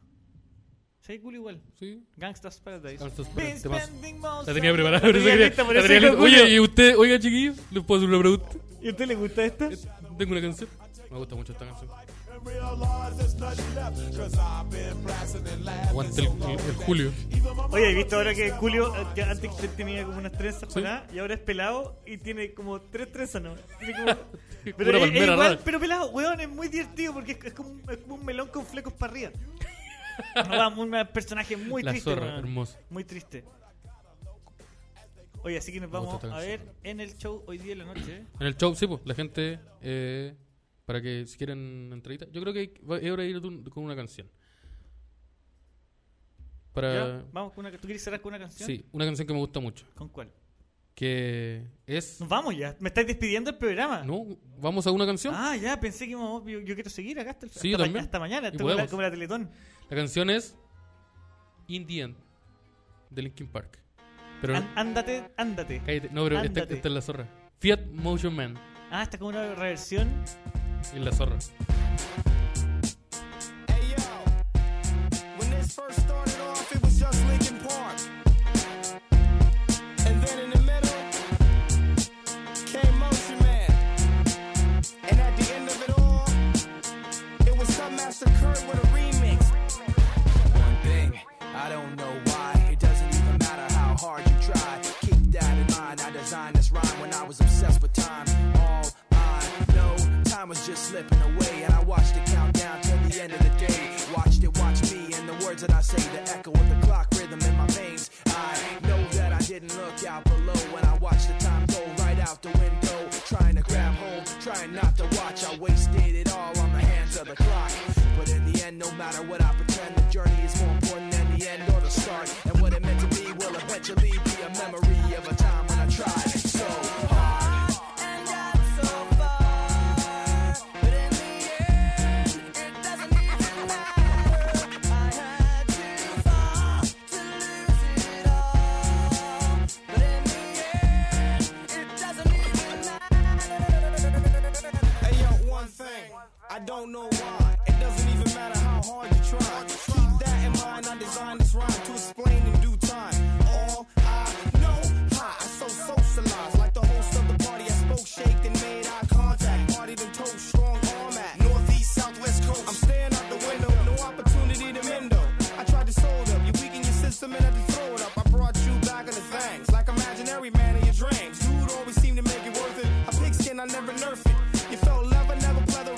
S3: Sí, Julio igual.
S2: Sí.
S3: Gangsta's Paradise.
S2: Gangsta's
S3: Been
S2: Paradise, temazo.
S3: spending months
S2: La
S3: on-
S2: tenía preparada,
S3: La
S2: pero se
S3: tenía
S2: quería-
S3: lista, por
S2: la
S3: eso
S2: tenía
S3: dijo
S2: lista.
S3: Julio.
S2: Oye, y usted, oiga chiquillos, les puedo hacer una pregunta.
S3: ¿Y a usted le gusta esta?
S2: Tengo una canción. Me gusta mucho esta canción. Aguante el, el- el Julio.
S3: Oye, ¿has visto ahora que Julio, eh, que antes que tenía como unas trenzas peladas, y ahora es pelado y tiene como tres trenzas, ¿no? Tiene como- Pero
S2: Pura
S3: es- es
S2: palmera
S3: igual,
S2: rara.
S3: pero pelado, weón, es muy divertido porque es, es como, un- es como un melón con flecos para arriba. No, va, un un personaje muy
S2: la
S3: triste,
S2: zorra,
S3: weón.
S2: hermoso.
S3: Muy triste. Oye, así que nos
S2: Me gusta
S3: vamos
S2: esta
S3: a ver en el show hoy día en la noche. ¿eh?
S2: En el show, sí, pues, la gente, eh, para que si quieren entrevista, yo creo que hay- va- es hora de ir tú- con una canción.
S3: ¿Ya?
S2: Para...
S3: Vamos con una, ¿Tú quieres cerrar con una canción?
S2: Eh, Sí, una canción que me gusta mucho,
S3: ¿Con cuál?
S2: que es...
S3: Nos vamos ya. ¿Me estáis despidiendo del programa?
S2: No, vamos a una canción.
S3: Ah, ya, pensé que íbamos. Yo, yo quiero seguir acá hasta, el,
S2: Sí,
S3: hasta, ma-
S2: también.
S3: hasta mañana,
S2: Y
S3: hasta como la,
S2: podemos.
S3: como la Teletón.
S2: La canción es In the End, de Linkin Park. Pero...
S3: An- ándate, ándate.
S2: cállate, no, pero
S3: Ah.
S2: esta,
S3: ándate.
S2: esta es la zorra. Fiat Motion Man
S3: Ah, está como una reversión.
S2: es la zorra.
S7: Hey yo, when this first started off, it was just Linkin Park. And then in the middle came Motion Man. And at the end of it all, it was some Master Kurt with a remix.
S9: one thing. I don't know why. It doesn't even matter how hard you try. Keep that in mind. I designed this rhyme when I was obsessed with time. All I know, time was just slipping away, and I watched it count down till the end of the day. Watched it watch me, and the words that I say, the echo of the clock rhythm in my veins. I know that I didn't look out below when I watched the time go right out the window. Trying to grab hold, trying not to watch. I wasted it all on the hands of the clock. But in the end, no matter what I pretend, the journey is more important than the end or the start. And what it meant to be will eventually be a memory of a time when I tried so hard. And got so far. But in the end, it doesn't even matter. I had to fall to lose it all. But in the end, it doesn't even matter.
S7: Hey yo, one thing, I don't know why. It doesn't even matter how hard you try. Keep that in mind. I designed this rhyme to explain in due time. All I know, how I so socialized. Like the host of the party, I spoke, shaked, and made eye contact. Partied and told strong arm at. Northeast, southwest coast. I'm staring out the window, no opportunity to mend though. I tried to sold up, you weaken your system and had to throw it up. I brought you back in the fangs, like imaginary man in your dreams. Dude always seemed to make it worth it. I pigskin, I never nerf it. You felt love, I never pleather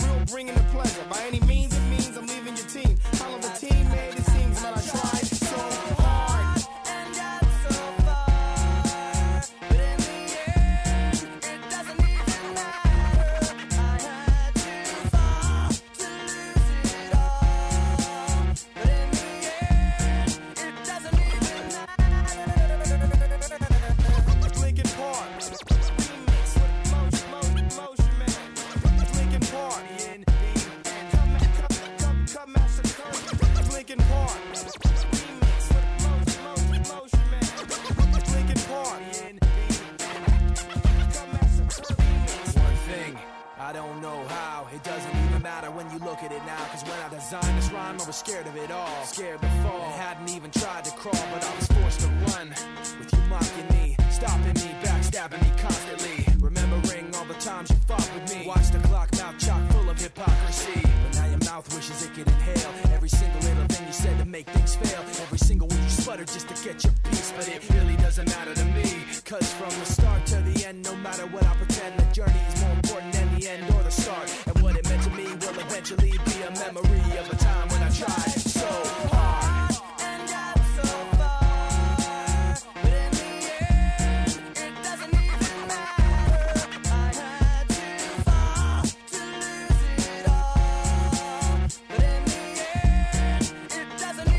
S9: I don't know how. It doesn't even matter when you look at it now. Cause when I designed this rhyme, I was scared of it all. Scared to fall. And hadn't even tried to crawl, but I was forced to run. With you mocking me, stopping me, backstabbing me constantly. Remembering all the times you fought with me. Watch the clock, mouth chock full of hypocrisy. But now your mouth wishes it could inhale. Every single little thing you said to make things fail. Every single one you sputter just to get your peace. But it really doesn't matter to me. Cause from the start to the end, no matter what I pretend, the journey is more important than the end or the start. And what it meant to me will eventually be a memory of a time when I tried so hard.
S10: And got so far, but in the end, it doesn't even matter. I had to fall to lose it all, but in the end, it doesn't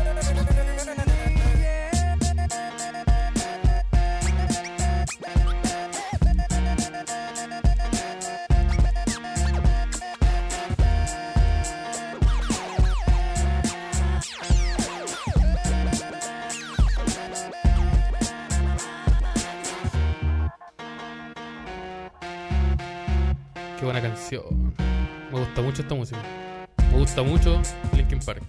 S10: even
S2: Qué buena canción. Me gusta mucho esta música. Me gusta mucho Linkin Park.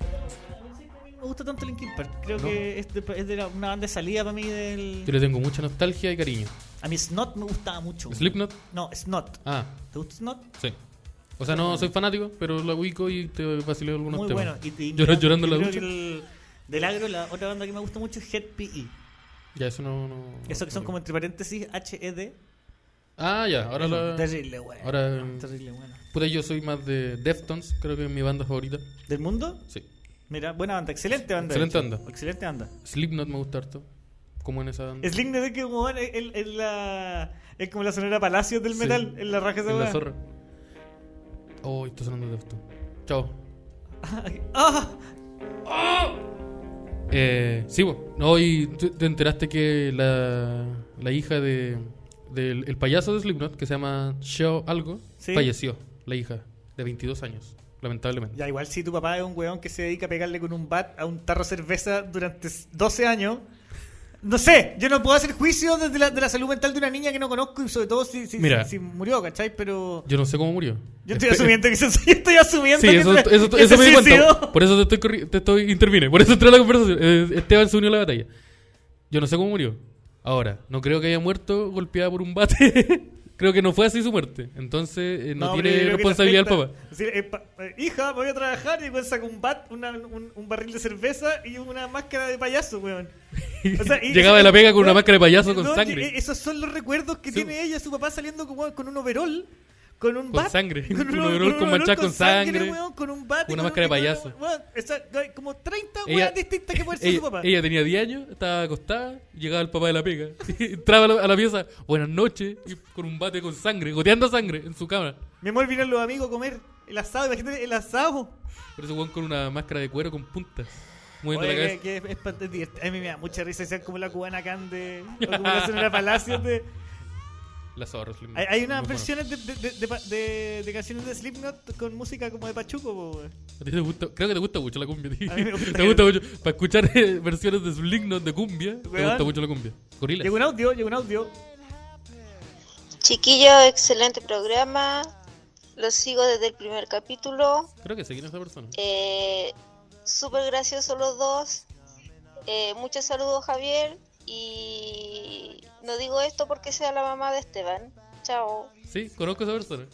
S3: me gusta tanto Linkin Park. Creo
S2: No.
S3: que es de, es de la- una banda de salida para mí del.
S2: Yo le tengo mucha nostalgia y cariño.
S3: A mí Snot me gustaba mucho.
S2: Slipknot,
S3: No, Snot.
S2: ah,
S3: ¿Te gusta Snot?
S2: sí. O sea, no soy fanático, pero la ubico y te vacilé algunos
S3: Muy
S2: temas.
S3: bueno. Y, y-
S2: Llora- llorando en la
S3: creo
S2: ducha.
S3: que el- Del agro, la otra banda que me gusta mucho es Head PE.
S2: Ya, eso no. no-
S3: Eso que son como entre paréntesis HED.
S2: Ah, ya, ahora
S3: Es
S2: la.
S3: Terrible, bueno.
S2: ahora-
S3: Terrible, bueno.
S2: Puta, yo soy más de Deftones, creo que es mi banda favorita.
S3: ¿Del mundo?
S2: Sí.
S3: Mira, buena banda, excelente banda. de
S2: Excelente
S3: hecho.
S2: banda.
S3: Excelente banda.
S2: Slipknot me gusta harto. Como en esa banda.
S3: Slipknot es que como bueno, es- es- es la- es como la sonora Palacios del
S2: Sí.
S3: metal, en la raja esa
S2: En la
S3: weá.
S2: zorra. Oh, está sonando Deftones. Chao. Ah.
S3: ¡Ah!
S2: Eh, sí, vos. No, y tú- te enteraste que la, la hija de del el payaso de Slipknot, que se llama Shao algo,
S3: Sí.
S2: falleció. La hija, de 22 años, lamentablemente.
S3: Ya, igual si tu papá es un weón que se dedica a pegarle con un bat a un tarro de cerveza durante 12 años. No sé, yo no puedo hacer juicio desde la, de la salud mental de una niña que no conozco y sobre todo si, si,
S2: Mira.
S3: si murió, ¿cachai? Pero
S2: Yo no sé cómo murió.
S3: yo estoy
S2: Espe-
S3: asumiendo que se, yo estoy asumiendo
S2: Sí,
S3: que
S2: eso,
S3: se-
S2: eso,
S3: que
S2: eso
S3: se
S2: me di cuenta.
S3: suicidó.
S2: Por eso te estoy, corri- te estoy intervine. Por eso entré a la conversación. Eh, Esteban se unió a la batalla. Yo no sé cómo murió. Ahora, no creo que haya muerto golpeada por un bate. creo que no fue así su muerte. Entonces, eh,
S3: pero
S2: no,
S3: yo
S2: tiene
S3: creo que le
S2: responsabilidad el
S3: afecta.
S2: papá.
S3: Sí, eh, pa- eh, hija, voy a trabajar y pues saca un bat, una- un, un barril de cerveza y una máscara de payaso, weón. O sea, y-
S2: Llegaba de la pega con una
S3: weón,
S2: máscara de payaso con
S3: no,
S2: sangre.
S3: y- e, Esos son los recuerdos que
S2: Sí.
S3: tiene ella, su papá saliendo con, con un overol. Con un
S2: Con
S3: bat.
S2: sangre.
S3: Con
S2: Un
S3: un,
S2: overol
S3: overol
S2: con manchado con sangre.
S3: weón, con un bat. y
S2: Una
S3: con-
S2: máscara de
S3: y con-
S2: payaso.
S3: weón, esa- hay como 30
S2: Ella-
S3: weas distintas que puede ser
S2: ella,
S3: su papá.
S2: ella tenía 10 años, estaba acostada, llegaba el papá de la pega. Entraba a la, a la pieza, buenas noches, y con un bate con sangre, goteando sangre en su cámara.
S3: Mi amor, vinieron los amigos a comer. El asado, imagínate, el asado.
S2: Por eso Juan con una máscara de cuero con puntas, moviendo
S3: Oye, eh,
S2: la cabeza.
S3: que, que es, es pa- es divertido. a mí me da mucha risa sean como la cubana Cande o como la sonora Palacios de-
S2: La zorra, Slim.
S3: Hay, hay unas
S2: Muy bueno.
S3: versiones de, de- de- de pa- de- de canciones de Slipknot con música como de Pachuco po, weón.
S2: A ti te gusta- creo que te gusta mucho la cumbia. tío.
S3: A mí me gusta.
S2: te gusta mucho. Para escuchar eh, versiones de Slipknot de cumbia, te
S3: Weón.
S2: gusta mucho la cumbia. Gorila.
S3: Llegó un audio, llegó un audio
S11: Chiquillos, excelente programa. Los sigo desde el primer capítulo.
S2: Creo que sé quién es esa persona.
S11: Eh, Súper graciosos los dos. Eh, muchos saludos, Javier. Y no digo esto porque sea la mamá de Esteban. Chao.
S2: Sí, conozco a esa persona.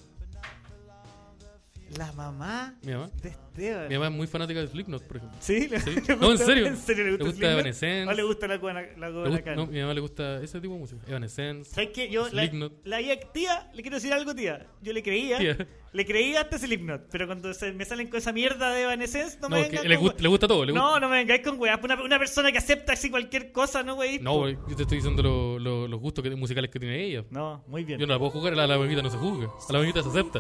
S3: La mamá
S2: Mi mamá.
S3: de Esteban
S2: Mi mamá es muy fanática de Slipknot, por ejemplo.
S3: ¿Sí? le-
S2: Sí.
S3: le
S2: No, en
S3: gusta- le
S2: serio. Le
S3: gusta,
S2: gusta
S3: Slipknot?
S2: Evanescence.
S3: ¿O le gusta la cubana, la
S2: Le
S3: cubana
S2: gusta-
S3: Cande?
S2: no, mi mamá le gusta ese tipo de música. Evanescence.
S3: ¿Sabes qué? Yo, la,
S2: Slipknot.
S3: la vida- tía, le quiero decir algo, tía. Yo le creía,
S2: Tía.
S3: le creía hasta Slipknot, pero cuando se- me salen con esa mierda de Evanescence, no,
S2: No,
S3: me
S2: que
S3: vengan
S2: le,
S3: con
S2: gust- le gusta todo. Le gusta.
S3: No, no me vengáis con weá. Una, una persona que acepta así cualquier cosa, ¿no, wey?
S2: No, güey, yo te estoy diciendo lo- lo- los gustos que- musicales que tiene ella.
S3: No, muy bien.
S2: Yo no la puedo jugar, a la, a la mamita no se juzga. A la mamita se acepta.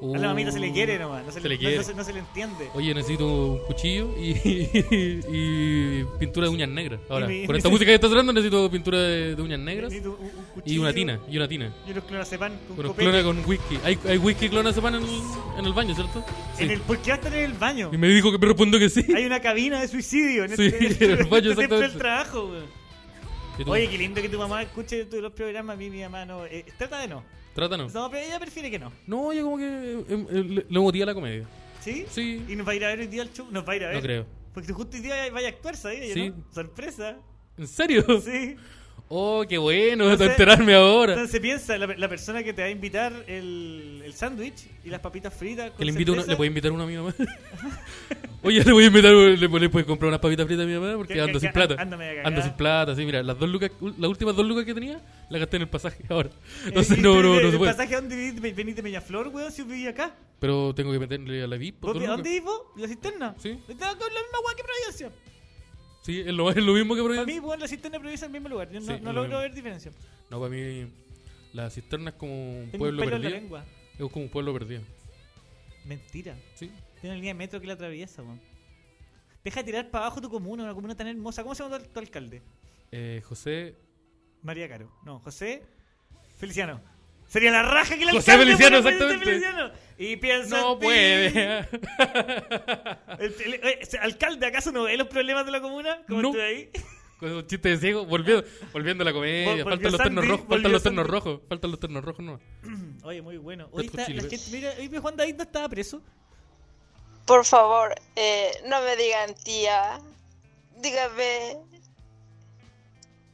S3: A la mamita se le quiere
S2: Uh,
S3: nomás. No se,
S2: se
S3: le,
S2: le
S3: no- no
S2: quiere.
S3: se- no se le entiende.
S2: Oye, necesito un cuchillo y, y pintura de uñas negras. Ahora,
S3: Y mi-
S2: con esta música que está sonando necesito pintura de, de uñas negras
S3: Necesito un- un
S2: y una
S3: cuchillo
S2: tina, y una tina.
S3: Y unos clonacepan con
S2: Bueno,
S3: copete.
S2: clona con whisky. Hay, hay whisky clona se van en el, en el baño, ¿cierto? Sí.
S3: En el, ¿Por qué va a estar en el baño?
S2: Y me dijo que me respondo que sí.
S3: Hay una cabina de suicidio en
S2: Sí,
S3: este,
S2: en el baño,
S3: este centro del
S2: exactamente.
S3: trabajo, weón.
S2: Y tú,
S3: Oye, qué lindo que tu mamá escuche tu- los programas. A mí, mi mamá no. eh, trata de no.
S2: Trátano.
S3: No, pero ella prefiere que no.
S2: No, yo como que eh, eh, le, le motiva la comedia.
S3: ¿Sí?
S2: Sí.
S3: ¿Y nos va a ir a ver hoy día al show? Nos va a ir a ver.
S2: No creo.
S3: Porque justo hoy día vaya a actuar, ¿sabes?
S2: Sí.
S3: ¿no? Sorpresa.
S2: ¿En serio?
S3: Sí.
S2: Oh, qué bueno, de
S3: Entonces-
S2: enterarme ahora.
S3: Entonces piensa, la, la persona que te va a invitar el, el sándwich y las papitas fritas.
S2: Que
S3: Con
S2: le, invito uno-
S3: cerveza.
S2: le puedo invitar uno a mi mamá. Oye, le voy a invitar, le, le puedes comprar unas papitas fritas a mi mamá
S3: Que-
S2: porque
S3: que-
S2: ando sin
S3: que-
S2: plata.
S3: anda media cagada.
S2: Ando sin plata, sí, mira, las dos lucas, las últimas dos lucas que tenía, las gasté en el pasaje ahora.
S3: Eh,
S2: Entonces,
S3: y
S2: no,
S3: tú,
S2: no,
S3: eh,
S2: no se
S3: ¿El
S2: puede.
S3: pasaje a dónde venís? venís de Peñaflor, weón? Si vivís acá.
S2: Pero tengo que meterle a la VIP.
S3: ¿Vos,
S2: dos
S3: vi- ¿A
S2: lucas.
S3: dónde vivís vos? ¿La cisterna?
S2: Sí.
S3: Está con la misma weá que Providencia.
S2: Sí, es lo, es lo mismo que
S3: Para mí,
S2: Providencia.
S3: weón, la cisterna y Providencia es el mismo lugar. Yo no,
S2: Ah. Sí, es
S3: no
S2: lo
S3: logro
S2: mismo.
S3: ver diferencia.
S2: No, para mí la cisterna es como un
S3: Tengo
S2: pueblo
S3: un pelo en la
S2: perdido.
S3: lengua.
S2: Es como un pueblo perdido.
S3: Mentira.
S2: Sí.
S3: Tiene una línea de metro que la atraviesa, weón. Deja de tirar para abajo tu comuna, una comuna tan hermosa. ¿Cómo se llama tu, tu alcalde?
S2: Eh, José.
S3: María Caro. No, José Feliciano. Sería la raja que el
S2: José
S3: alcalde
S2: Feliciano,
S3: fuera José
S2: exactamente.
S3: Feliciano. Y piensa. en
S2: No
S3: ti.
S2: puede.
S3: El- el- eh, alcalde, ¿acaso no ve los problemas de la comuna? Como
S2: No.
S3: estoy ahí.
S2: Con un chiste de ciego, volviendo, volviendo a la
S3: Vol-
S2: comedia.
S3: volvió
S2: faltan los
S3: Sandy,
S2: ternos rojos,
S3: volvió
S2: faltan los ternos
S3: Sandy.
S2: rojos, faltan los ternos rojos, no.
S3: Oye, muy bueno. Hoy
S2: Hot
S3: está,
S2: Chili
S3: la
S2: Peppers.
S3: gente, mira, hoy mi Juan David no estaba preso.
S11: Por favor, eh, no me digan tía. Dígame.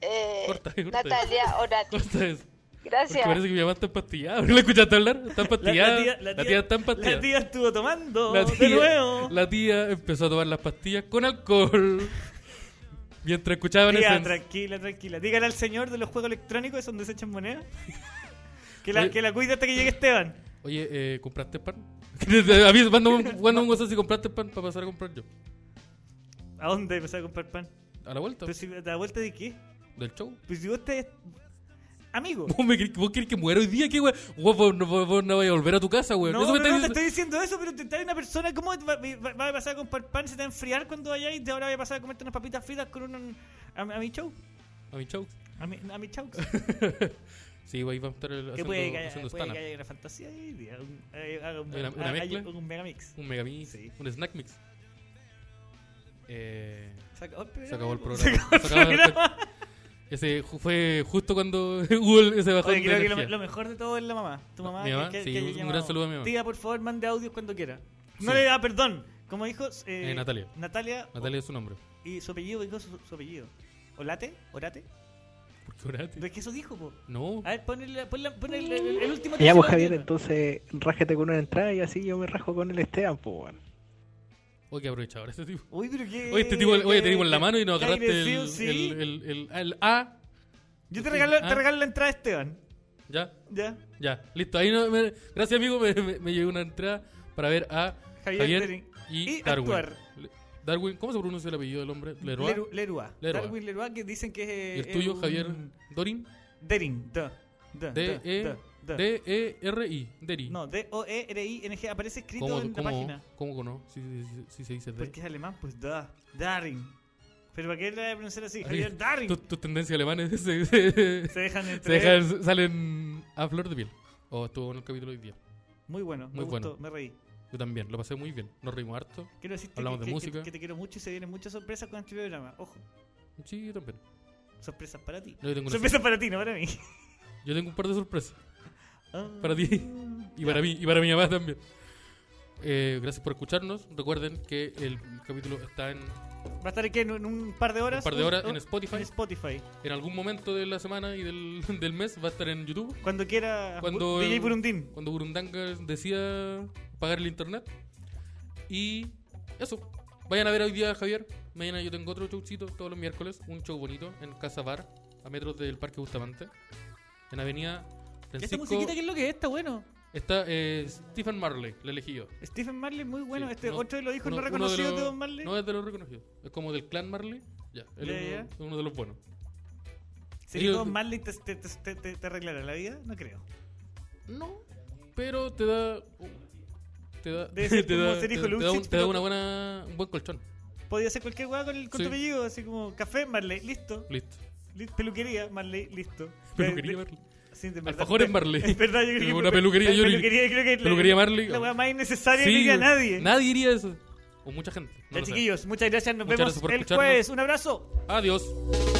S11: eh,
S2: Corta, corta.
S11: Natalia Orati.
S2: Corta eso. Porque
S11: Gracias.
S2: parece que mi mamá está empastillada. ¿No la escuchaste hablar?
S3: La, la
S2: Está empastillada. La,
S3: tía, la tía-
S2: tía está
S3: la
S2: empastillada.
S3: tía estuvo tomando.
S2: La
S3: de
S2: tía-
S3: nuevo.
S2: la tía empezó a tomar las pastillas con alcohol. Mientras escuchaban
S3: Tía,
S2: eso.
S3: tranquila, tranquila. Dígale al señor de los juegos electrónicos, es donde se echan monedas. que, la,
S2: Oye.
S3: que la cuide hasta que llegue Esteban.
S2: Oye, eh, ¿compraste pan? Avísame, mándame un- mándame un WhatsApp si compraste pan para pasar a comprar yo.
S3: ¿A dónde empezar a comprar pan?
S2: A la vuelta
S3: Pero si, ¿A la vuelta de qué?
S2: del show.
S3: Pues si vos estás. Amigo.
S2: ¿Vos, me, querés- ¿Vos querés que muera hoy día? ¿Qué, weón? Vos, vos, no- vos- vos no vais a volver a tu casa, weón.
S3: No,
S2: Eso me
S3: pero no te
S2: estás
S3: estoy diciendo eso, pero te trae una persona. ¿Cómo va, va- va a pasar a comprar pan? Se te va a enfriar cuando vayáis y ahora voy a pasar a comerte unas papitas fritas con un. A, a mi show.
S2: diciendo- A mi show.
S3: A mi, a mi show.
S2: Sí, ahí va a estar el-
S3: que
S2: haciendo,
S3: puede que haya,
S2: haciendo
S3: puede que
S2: stand-up.
S3: haya una fantasía ahí. diga, un- eh, haga un,
S2: Una- una
S3: haga
S2: mezcla.
S3: un megamix.
S2: Un megamix,
S3: Sí.
S2: un snack mix. Eh,
S3: Se acabó el programa.
S2: se acabó el
S3: po.
S2: programa.
S3: Se acabó el
S2: Se acabó el-
S3: programa.
S2: ese ju- fue justo cuando hubo el- ese bajón
S3: Oye,
S2: de
S3: creo que
S2: energía.
S3: lo, lo mejor de todo es la mamá. Tu mamá.
S2: Mi mamá, sí, un- un gran
S3: llamado.
S2: saludo a mi mamá.
S3: Tía, por favor, mande audios cuando quiera. No
S2: Sí.
S3: le da perdón. Como dijo. Eh,
S2: Eh, Natalia.
S3: Natalia.
S2: Natalia es su nombre.
S3: Y su apellido, dijo su, su apellido. ¿Olate? ¿Orate?
S2: ¿Por qué oraste?
S3: ¿Pero es que eso dijo, po?
S2: No.
S3: A ver, ponle, ponle, ponle el, el- el último
S5: Ya,
S3: tercio
S5: pues Javier,
S3: de la
S5: entonces rájate con una entrada y así yo me rajo con el Esteban, pues, weón.
S2: Oye, qué aprovechador este tipo.
S3: Uy, pero qué.
S2: Oye, este tipo, oye, te
S3: qué-
S2: dimos en la mano y nos
S3: qué
S2: agarraste el,
S3: agresivo, sí.
S2: el, el, el- ah, el A.
S3: Yo te regalo,
S2: Ah.
S3: te regalo la entrada, Esteban.
S2: Ya,
S3: Ya.
S2: ya, listo. Ahí no, me- gracias, amigo. Me, me, me llegó una entrada para ver a
S3: Javier
S2: Javier,
S3: Teren-
S2: y,
S3: y
S2: Darwin.
S3: actuar.
S2: Le- Darwin, ¿cómo se pronuncia el apellido del hombre? Leroy.
S3: Leru- Leroy.
S2: Leroy.
S3: Darwin Leroy, que dicen que es.
S2: ¿Y el
S3: es
S2: tuyo,
S3: un-
S2: Javier E, Dorin?
S3: Derin. Da, da, da, da, da.
S2: D-E-R-I. E, Deri.
S3: No, E, D-O-E-R-I-N-G aparece escrito
S2: ¿Cómo,
S3: en la
S2: cómo,
S3: página.
S2: ¿Cómo que no? Si si- si- si se dice D.
S3: Porque es alemán, pues da. Darin. Pero ¿para qué le voy a pronunciar así?
S2: Ay,
S3: Javier Darin.
S2: Tus tus tendencias alemanas se, se-
S3: Se dejan
S2: se
S3: entre.
S2: dejan- salen a flor de piel. O estuvo en el capítulo hoy día.
S3: Muy bueno, me
S2: Muy
S3: gustó,
S2: bueno.
S3: me reí.
S2: Yo también, lo pasé muy bien. Nos reímos harto.
S3: Quiero decirte
S2: Hablamos
S3: que,
S2: de
S3: que-
S2: música.
S3: que te quiero mucho y se vienen muchas sorpresas con este programa. Ojo,
S2: Sí, yo también.
S3: sorpresas para ti.
S2: No, yo, tengo una
S3: Sorpresas para ti, no para mí.
S2: sor- yo tengo un par de sorpresas.
S3: Ah.
S2: Para ti. Y para mí, y para mi mamá también. Eh, gracias por escucharnos. Recuerden que el capítulo está en,
S3: Va a estar aquí en un, en un par de horas. Oh,
S2: Un par de horas en Spotify.
S3: En Spotify.
S2: en algún momento de la semana y del, del mes. Va a estar en YouTube.
S3: Cuando quiera
S2: Cuando
S3: Bu- DJ
S2: el-
S3: Burundín.
S2: Cuando Burundanga decía pagar el internet. Y eso. Vayan a ver hoy día a Javier. Mañana yo tengo otro showcito todos los miércoles. Un show bonito en Casa Bar, a metros del Parque Bustamante. En Avenida
S3: ¿Esta
S2: Francisco.
S3: musiquita qué es lo que es? Está bueno.
S2: Está eh, Stephen Marley, le elegí yo.
S3: Stephen Marley, muy bueno.
S2: Sí,
S3: este
S2: uno-
S3: otro de los hijos
S2: uno-
S3: no
S2: uno
S3: reconocidos de,
S2: los-
S3: Don Marley.
S2: No es de los reconocidos. Es como del clan Marley. Ya, él
S3: Ya,
S2: es
S3: ya.
S2: uno, es uno de los buenos.
S3: Si que
S2: ellos-
S3: Don Marley te, te, te, te- te arreglará la vida, no creo.
S2: No, pero te da. uh, Te da,
S3: Debe ser
S2: te
S3: como
S2: da,
S3: ser hijo
S2: te- te da
S3: Luxich,
S2: un- te da
S3: pero-
S2: una buena, un buen colchón.
S3: Podía hacer cualquier weá con, el- con tu
S2: Sí.
S3: apellido, así como café, Marley, listo.
S2: Listo.
S3: Li- peluquería, Marley, listo.
S2: Peluquería
S3: De- de-
S2: Marley.
S3: Sí, de
S2: Alfajores Marley.
S3: Es verdad, yo creo que
S2: Una peluquería, yo creo que-
S3: peluquería, creo que es la-
S2: peluquería Marley.
S3: La weá más innecesaria que
S2: Sí,
S3: diga nadie.
S2: Nadie diría eso. O mucha gente. no
S3: Ya,
S2: lo sabe.
S3: chiquillos, muchas gracias. Nos
S2: Muchas
S3: vemos
S2: gracias por
S3: el
S2: escucharnos.
S3: jueves. Un abrazo.
S2: Adiós.